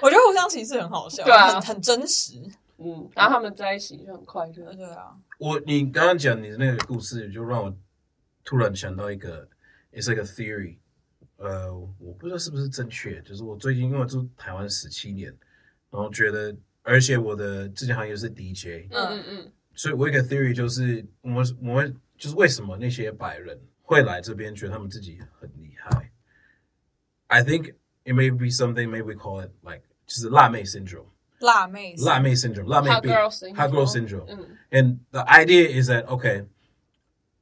Speaker 1: 我觉得互相歧视很好笑，
Speaker 3: 对啊
Speaker 1: 很很真实。
Speaker 3: <laughs> 嗯，然后他们在一起就很快乐。
Speaker 1: 对啊，
Speaker 2: 我你刚刚讲你的那个故事，就让我突然想到一个，也是一个 theory，呃，我不知道是不是正确，就是我最近因为我住台湾十七年，然后觉得，而且我的之前行业是 DJ，
Speaker 3: 嗯嗯嗯，
Speaker 2: 所以我有一个 theory 就是，我们我们就是为什么那些白人会来这边，觉得他们自己很厉害？I think it may be something, maybe we call it like 就是辣妹 syndrome，
Speaker 1: 辣妹
Speaker 2: 辣妹 syndrome，辣妹
Speaker 3: Hot
Speaker 2: 病
Speaker 3: girl syndrome
Speaker 2: hot girl syndrome。
Speaker 3: 嗯
Speaker 2: And the idea is that okay,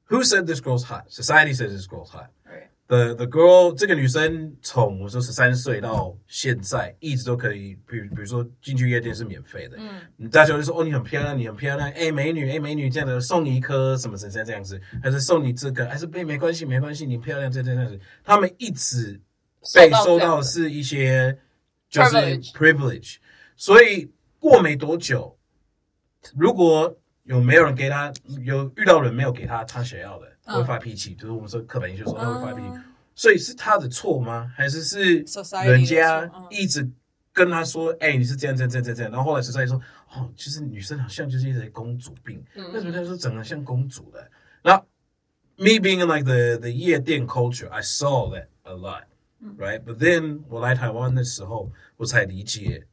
Speaker 2: who said this girl's hot? Society says this girl's hot.
Speaker 1: Right.
Speaker 2: The the girl 这个女生从我说十三岁到现在，一直都可以，比如比如说进去夜店是免费的，嗯，大家就说哦你很漂亮，你很漂亮，哎美女，哎美女这样的送你一颗什么什么这样子，还是送你这个，还是被没关系没关系，你漂亮这这这样子，他们一直被
Speaker 3: 受
Speaker 2: 受
Speaker 3: 到
Speaker 2: 到是一些就是
Speaker 3: Privilege
Speaker 2: privilege，所以过没多久，如果有没有人给他有遇到人没有给他他想要的，
Speaker 1: 嗯
Speaker 2: 会发脾气，就是我们说刻板印象说他会发脾气，
Speaker 1: 嗯
Speaker 2: 所以是他的错吗？还是是
Speaker 1: Society
Speaker 2: 人家
Speaker 1: 的错嗯
Speaker 2: 一直跟他说，哎、你是这样这样这样这样这样，然后后来 society 说，哦，其实女生好像就是一直公主病，
Speaker 1: 嗯
Speaker 2: 为什么他说长得像公主的？然后 me being in like the the 夜店 culture, I saw that a lot, right? But then 我来台湾的时候，我才理解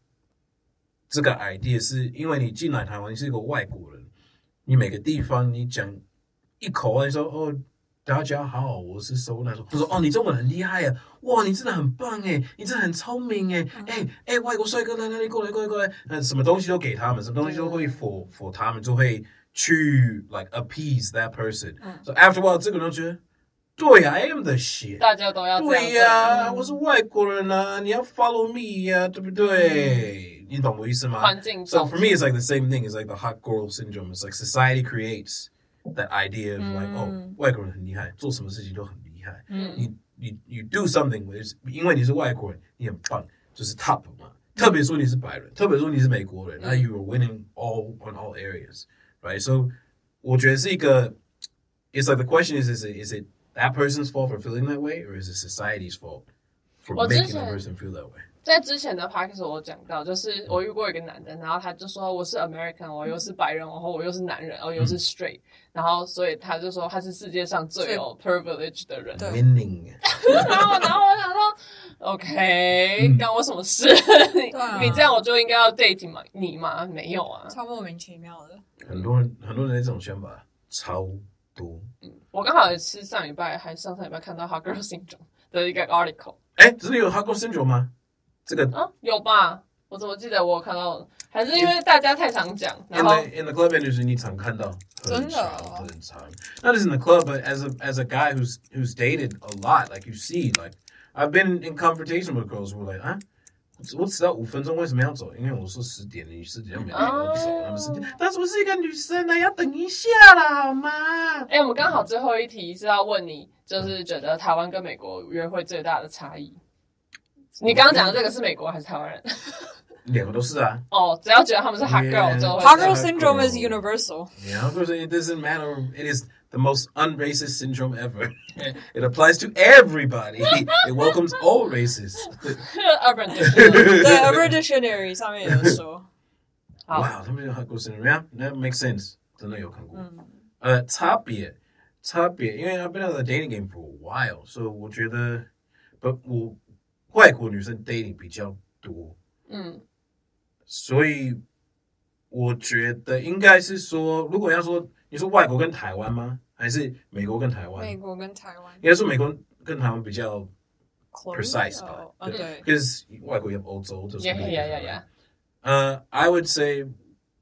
Speaker 2: 这个 idea 是因为你进来台湾，你是一个外国人，你每个地方你讲一口啊，你说哦。大家好，我是收纳。说，他说哦，你中文很厉害啊！哇，你真的很棒哎，你真的很聪明哎！哎哎，外国帅哥来来来，过来过来过来，呃，什么东西都给他们，什么东西都会 for for 他们，就会去 like appease that person。So after a while，这个人觉得，对呀、i 啊 am the shit。
Speaker 3: 大家都要这样
Speaker 2: 对呀、我是外国人啊，你要 follow e me 呀、对不对？你懂我意思吗？
Speaker 3: 环境
Speaker 2: So
Speaker 3: 造
Speaker 2: for
Speaker 3: 成
Speaker 2: me, it's like the same thing. It's like the hot girl syndrome. It's like society creates that idea of like, oh, 外国人很厉害，做什么事情都很厉害。你你 you do something with，因为你是外国人，你很棒，就是 top 嘛。特别说你是白人，特别说你是美国人，那 you are winning all on all areas, right? So 我觉得是一个，it's like the question is is it is it that person's fault for feeling that way, or is it society's fault for
Speaker 3: 我之
Speaker 2: making the
Speaker 3: 前
Speaker 2: person feel that way?
Speaker 3: 在之前的 podcast 我有讲到，就是我遇过一个男的，然后他就说我是 American，我又是白人，然后我又是男人，我哦又是 straight，、然后所以他就说他是世界上最有
Speaker 2: <laughs>
Speaker 3: privilege 的人。
Speaker 1: 对
Speaker 2: Winning.
Speaker 3: 然后，然后我想说，OK，
Speaker 2: 嗯
Speaker 3: 干我什么事？
Speaker 1: 对啊
Speaker 3: <laughs> 你这样我就应该要 date 嘛你嘛？没有啊，
Speaker 1: 超莫名其妙的，
Speaker 2: 很多人很多人的这种想法超多。
Speaker 3: 我刚好也是上礼拜还上上礼拜看到 Hot Girl Syndrome 的一个 article
Speaker 2: 哎，只是有 h o t girl syndrome 吗？这个
Speaker 3: 啊，有吧？我怎么记得我有看到？还是因为大家太常讲，然
Speaker 2: in
Speaker 3: 后
Speaker 2: the in the club industry 你常看到，很
Speaker 1: 真的
Speaker 2: 长
Speaker 1: 哦
Speaker 2: 很长。Not just in the club, but as a as a guy who's who's dated a lot, like you see, like I've been in confrontation with girls who are like 啊。我迟到五分钟，为什么要走？因为我说十点，你十点没来，我不走。
Speaker 3: 哦
Speaker 2: 他们十点，但是我是一个女生呢，要等一下啦，好吗？
Speaker 3: 哎、我们刚好最后一题是要问你，就是觉得台湾跟美国约会最大的差异。你刚刚讲的这个是美国还是台湾人？ <laughs>
Speaker 2: 两个都是啊。
Speaker 3: 哦，只要觉得他们是 hot girl
Speaker 2: Yeah
Speaker 3: 就
Speaker 1: Hot
Speaker 3: 会
Speaker 1: girl
Speaker 3: 是。
Speaker 1: syndrome is
Speaker 2: <laughs>
Speaker 1: universal.
Speaker 2: Yeah, of course, it doesn't matter. It is the most unracist syndrome ever. <laughs> it applies to everybody. <laughs> it welcomes all races.
Speaker 3: <laughs> Urban
Speaker 2: <laughs>
Speaker 3: Dictionary
Speaker 1: 对，Urban Dictionary 上面也有说，啊
Speaker 3: 好
Speaker 2: Wow, 他们有韩国 syndrome. Yeah, that makes sense. 真的有韩国。
Speaker 1: 嗯，
Speaker 2: 呃，差别，差别，因为 I've been on the dating game for a while，所以我觉得，不，我外国女生 dating 比较多，
Speaker 3: 嗯，
Speaker 2: 所以我觉得应该是说，如果要说你说外国跟台湾吗？还是美国跟台湾？
Speaker 1: 美国跟台湾
Speaker 2: 应该说美国跟台湾比较 precise
Speaker 1: close
Speaker 2: 吧
Speaker 1: 哦，嗯对，
Speaker 2: because 外国有欧洲，就是
Speaker 3: 也
Speaker 2: 美国 Uh,
Speaker 3: 也也也，
Speaker 2: 呃，I would say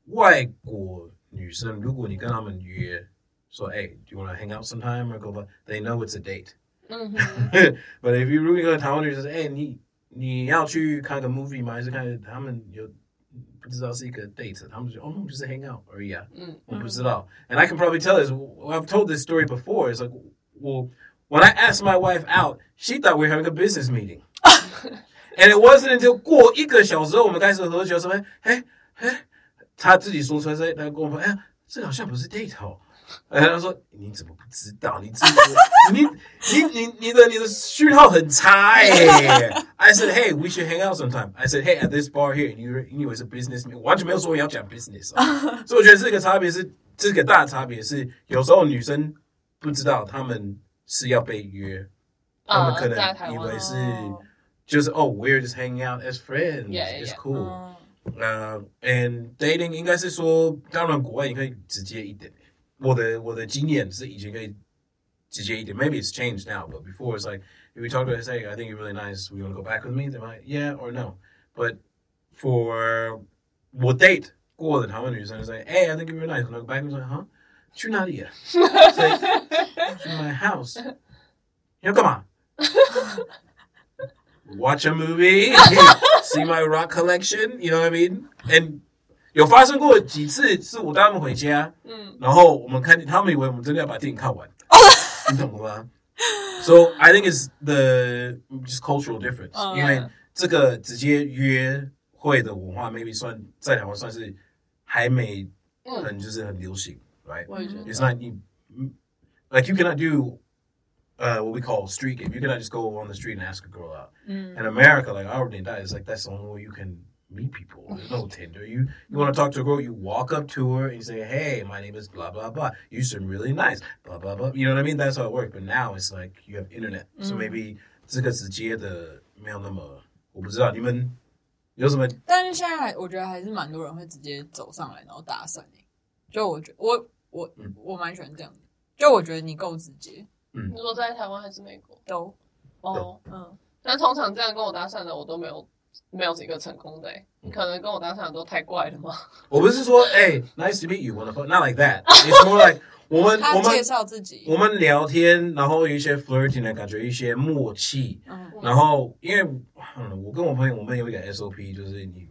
Speaker 2: 外国女生，如果你跟他们约说，哎、d o you wanna hang out sometime or go blah, they know it's a date。 <laughs>
Speaker 3: 嗯哼，
Speaker 2: But if you 如果一个台湾女生说，哎、你你要去看个 movie 吗？还是看他们有不知道是一个 date，他们就哦，那我们就是 hang out Oh, 而已啊。 <laughs>
Speaker 3: 嗯，
Speaker 2: 我不知道。And I can probably tell this. I've told this story before. It's like, well, when I asked my wife out, she thought we were having a business meeting. and it wasn't until 过一个小时后，我们开始喝酒，说，哎哎哎，她自己说出来，她跟我说，哎，这好像不是 date 哦。 <laughs> 然后她说：“你怎么不知道？ <laughs> 你知你你你你的你的讯号很差哎、I said, "Hey, we should hang out sometime." I said, "Hey, at this bar here," and you you was a business man，完全没有说我要讲 business 啊、 <laughs> 所以我觉得这个差别是，这个大差别是，有时候女生不知道她们是要被约，她们
Speaker 3: 呃
Speaker 2: 可
Speaker 3: 在台
Speaker 2: 能以
Speaker 3: 湾 <laughs>
Speaker 2: 为
Speaker 1: <laughs>
Speaker 2: 是就是哦、w e r e just hanging out as friends,
Speaker 3: Yeah, yeah, Uh-huh.
Speaker 2: it's
Speaker 3: yeah.
Speaker 2: cool.
Speaker 1: 嗯
Speaker 2: 呃、and dating 应该是说，当然国外你可以直接一点。我的我的经验是以前可以直接一点，maybe it's changed now, but before it's like if we talk to her, say I think you're really nice, we want to go back with me, they might yeah or no, but for 我 date 过的台湾女生 say hey I think you're really nice, want to go back? I was like huh 去哪里啊？去 my house 要干嘛？Watch a movie, <laughs> see my rock collection, you know what I mean? And 有发生过几次是我带他们回家，
Speaker 3: 嗯
Speaker 2: 然后我们看，他们以为我们真的要把电影看完，你懂吗？So I think it's the just cultural difference，、
Speaker 1: 嗯
Speaker 2: 因为这个直接约会的文化，maybe 算在台湾算是还没
Speaker 3: 嗯，
Speaker 2: 很就是很流行，right？
Speaker 3: 我也觉得
Speaker 2: It's not you, like you cannot do uh, what we call street game. You cannot just go on the street and ask a girl out.
Speaker 1: 嗯
Speaker 2: In America, like I already died, it's like that's the only way you can meet people. There's no Tinder. You you want to talk to a girl, you walk up to her and you say, "Hey, my name is blah blah blah. You seem really nice. Blah blah blah." You know what I mean? That's how it worked. But now it's like you have internet, so
Speaker 1: Mm.
Speaker 2: maybe 这个直接的没有那么，我不知道你们有什么
Speaker 1: 但是现在还我觉得还是蛮多人会直接走上来然后搭讪诶、就我觉我我
Speaker 2: 嗯
Speaker 1: 我蛮喜欢这样的，就我觉得你够直接
Speaker 3: 你说在台湾还是美国？
Speaker 1: 都
Speaker 3: 哦，
Speaker 1: 嗯
Speaker 3: 但通常这样跟我搭讪的，我都没有没有几个成功的、欸。你可能跟我搭讪的都太怪了嘛。
Speaker 2: "Oh, 我不是说 hey nice to meet you wanna fuck not like that it's more like 我们
Speaker 1: 他
Speaker 2: 我们
Speaker 1: 介绍自己
Speaker 2: 我们聊天，然后有一些 flirting 的感觉，一些默契。
Speaker 1: 嗯
Speaker 2: 然后因为嗯我跟我朋友，我们有一个 SOP，就是你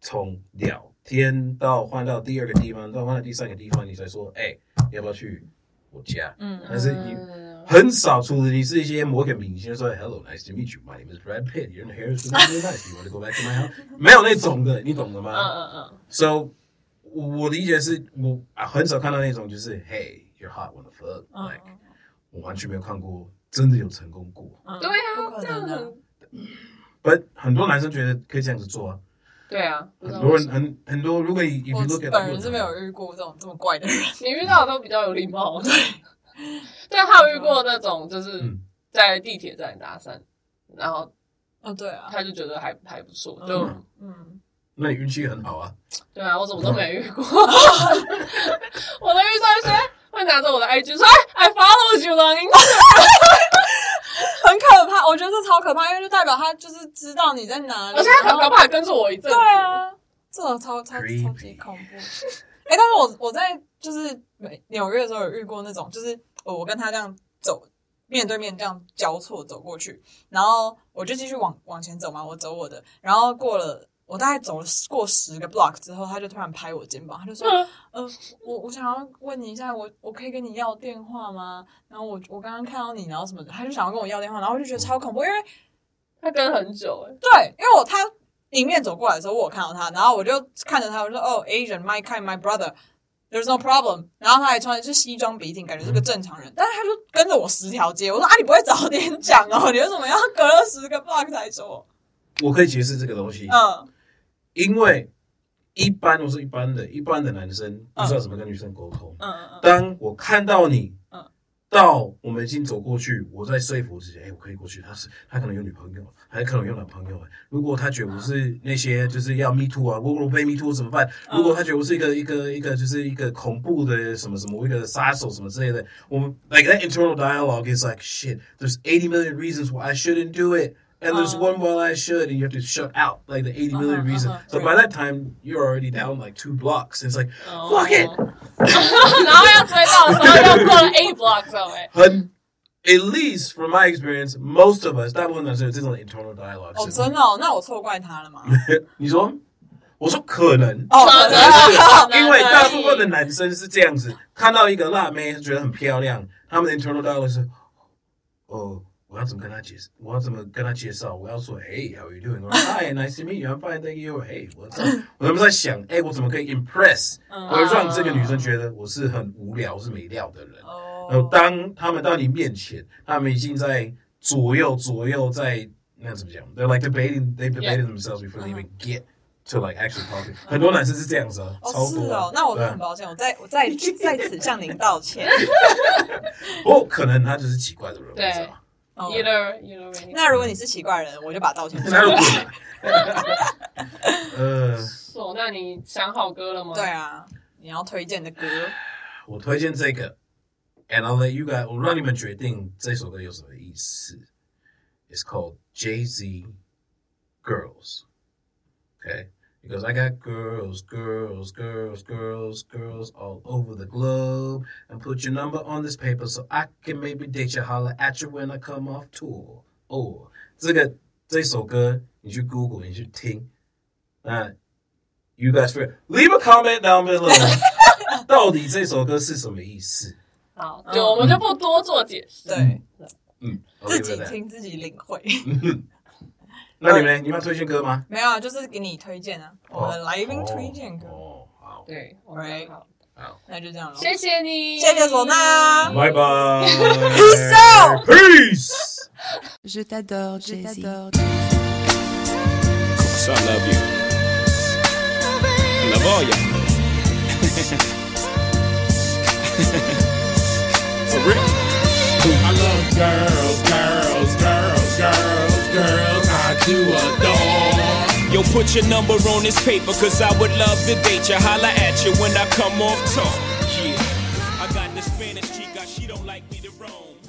Speaker 2: 从聊天到换到第二个地方，到换到第三个地方，你才说，哎、要不要去我家？
Speaker 1: 嗯
Speaker 2: 但是你
Speaker 3: 嗯
Speaker 2: 很少，除了你是一些某个明星说 “Hello, nice to meet you, my name is Brad Pitt, your hair is really nice, you want to go back to my house”，没 <laughs> 有那种的，你懂的吗？
Speaker 3: 嗯嗯
Speaker 2: So 我我理解是我啊很少看到那种就是 Hey you're hot what the fuck、
Speaker 1: 嗯
Speaker 2: like 我完全没有看过真的有成功过。
Speaker 1: 嗯，
Speaker 3: 嗯，对
Speaker 1: 不
Speaker 3: 啊，
Speaker 1: 可
Speaker 3: 这样
Speaker 1: 能的
Speaker 3: 很
Speaker 2: But 很多男生觉得可以这样子做啊，
Speaker 3: 对啊。不
Speaker 2: 很
Speaker 3: 知道
Speaker 2: 多
Speaker 3: 为什
Speaker 2: 人
Speaker 3: 么
Speaker 2: 很很多如果你 if you
Speaker 1: 我
Speaker 2: look at
Speaker 1: 本人是没有遇过这种这么怪的人，
Speaker 3: 你遇到的都比较有
Speaker 1: <laughs>
Speaker 3: 礼貌。对，但还有遇过那种就是
Speaker 2: 嗯
Speaker 3: 在地铁站搭讪，然后
Speaker 1: 哦对啊，
Speaker 3: 他就觉得还还不错，
Speaker 1: 嗯
Speaker 3: 就、
Speaker 1: 嗯，
Speaker 2: 那你运气很好啊，
Speaker 3: 对啊，我怎么都没遇过。 <laughs> 我的遇到一些会拿着我的 IG 说哎 I follow you 了，
Speaker 1: <laughs>
Speaker 3: 你
Speaker 1: 很可怕，我觉得这超可怕，因为就代表他就是知道你在哪里，
Speaker 3: 我现
Speaker 1: 然
Speaker 3: 在很
Speaker 1: 后
Speaker 3: 搞不好跟着我一阵子。
Speaker 1: 对啊，这种超超超级
Speaker 2: Creepy
Speaker 1: 恐怖。 <laughs> 哎、但是我我在就是美纽约的时候有遇过那种，就是我我跟他这样走，面对面这样交错走过去，然后我就继续往往前走嘛，我走我的，然后过了。我大概走了过十个 block 之后，他就突然拍我肩膀，他就说：“
Speaker 3: 嗯
Speaker 1: 呃，我我想要问你一下，我我可以跟你要电话吗？”然后我我刚刚看到你，然后什么的，他就想要跟我要电话，然后我就觉得超恐怖，因为
Speaker 3: 他跟很久哎、
Speaker 1: 对，因为我他迎面走过来的时候，我有看到他，然后我就看着他，我就说哦，Asian, my kind, my brother。There's no problem。然后他还穿的是西装笔挺，感觉是个正常人。但是他就跟着我十条街。我说啊，你不会早点讲哦？你为什么要隔了十个 block 才说？
Speaker 2: 我可以解释这个东西，
Speaker 1: 嗯
Speaker 2: 因为一般我是一般的，一般的男生不知道怎么跟女生沟通。
Speaker 1: 嗯嗯
Speaker 2: 当我看到你，
Speaker 1: 嗯
Speaker 2: 到我们已经走过去，我在说服自己，哎、我可以过去。他是他可能有女朋友，还可能有男朋友。如果他觉得我是那些就是要 me too 啊，我我被 me too 怎么办？
Speaker 1: 嗯
Speaker 2: 如果他觉得我是一个一个一个就是一个恐怖的什么什么，一个杀手什么之类的，我们 like that internal dialogue is like shit. There's eighty million reasons why I shouldn't do it. And there's
Speaker 1: Uh.
Speaker 2: one well I should, and you have to shut out like the 80 million
Speaker 1: Uh-huh,
Speaker 2: reasons.
Speaker 1: uh-huh,
Speaker 2: so by that time, you're already down like two blocks. And it's like, fuck it!
Speaker 3: <laughs> 然后要追到的时候要
Speaker 1: <laughs>
Speaker 3: 过了 A block 之后，哎，
Speaker 2: hun- at least from my experience, most of us, 大部分男生有这种 internal dialogue.
Speaker 1: 哦，真的哦，那我错怪他了 <laughs> 吗？
Speaker 2: 你说，我说可能，
Speaker 1: 哦，
Speaker 3: 可能
Speaker 2: <laughs>
Speaker 3: 可能
Speaker 2: 因为大部分的男生是这样子，看到一个辣妹觉得很漂亮，他们的 internal Oh, dialogue 是，哦，我要怎么跟她解释？我要怎么跟她介绍？我要说，Hey, how are you doing? Or, Hi, <laughs> nice to meet you. I'm fine, thank you. Hey，我怎么我们在想，哎、我怎么可以 impress？我 <laughs>
Speaker 1: 嗯，
Speaker 2: 让这个女生觉得我是很无聊、是没料的人。然后
Speaker 1: 哦，
Speaker 2: 呃当他们到你面前，他们已经在左右左右在那怎么讲？They're like debating, they debated themselves before
Speaker 1: 嗯
Speaker 2: they even get to like actually talking. 很多男生是这样子啊，
Speaker 1: 哦
Speaker 2: 超
Speaker 1: 是
Speaker 2: 多啊。
Speaker 1: 哦，那我
Speaker 2: 对
Speaker 1: 都
Speaker 2: 啊
Speaker 1: 很抱歉，我在我在在此向您道 <laughs> 歉。
Speaker 2: 不过可能他就是奇怪的人，
Speaker 3: 对
Speaker 2: 我知道
Speaker 1: 哦
Speaker 3: either either way，
Speaker 1: 那如果你是奇怪人，我就把道歉。
Speaker 2: <laughs> 那如果
Speaker 1: <laughs>
Speaker 2: 呃，
Speaker 3: 哦，那你想好歌了吗？
Speaker 1: 对，啊，你要推荐的歌，
Speaker 2: 我推荐这个，and I'll let you guys，我让你们决定这首歌有什么意思。It's called Jay Z Girls. Okay? Because I got girls, girls, girls, girls, girls all over the globe. And put your number on this paper so I can maybe date you, holler at you when I come off tour. Oh, 这个这首歌你去 Google 你去听，那 you guys figure leave a comment down below，到 <laughs> 底这首歌是什么意思？
Speaker 3: 好，就我们就不多做解释。
Speaker 1: 对
Speaker 2: 嗯，I'll
Speaker 1: <laughs> 自己
Speaker 2: leave it at that
Speaker 1: 听自己领会。
Speaker 2: <laughs> 那你们呢？你们要推荐歌
Speaker 1: <laughs>
Speaker 2: 吗？
Speaker 1: 没有啊，就是给你推荐啊，我们来宾推荐歌，
Speaker 2: 哦，哦好，
Speaker 3: 对
Speaker 1: Right
Speaker 3: 好，
Speaker 1: 那就这样了。
Speaker 3: 谢谢你，
Speaker 1: 谢谢唢呐
Speaker 2: 拜拜
Speaker 1: <laughs> Peace
Speaker 2: ，peace。
Speaker 4: Je t'adore, je t'adore.
Speaker 5: course I love you. Love all you. <laughs> For real. I love girls, girls, girls, girls, girls. I do adore. Yo, put your number on this paper, cause I would love to date you. Holla at you when I come off top. Yeah. I got the Spanish chica, she don't like me to roam.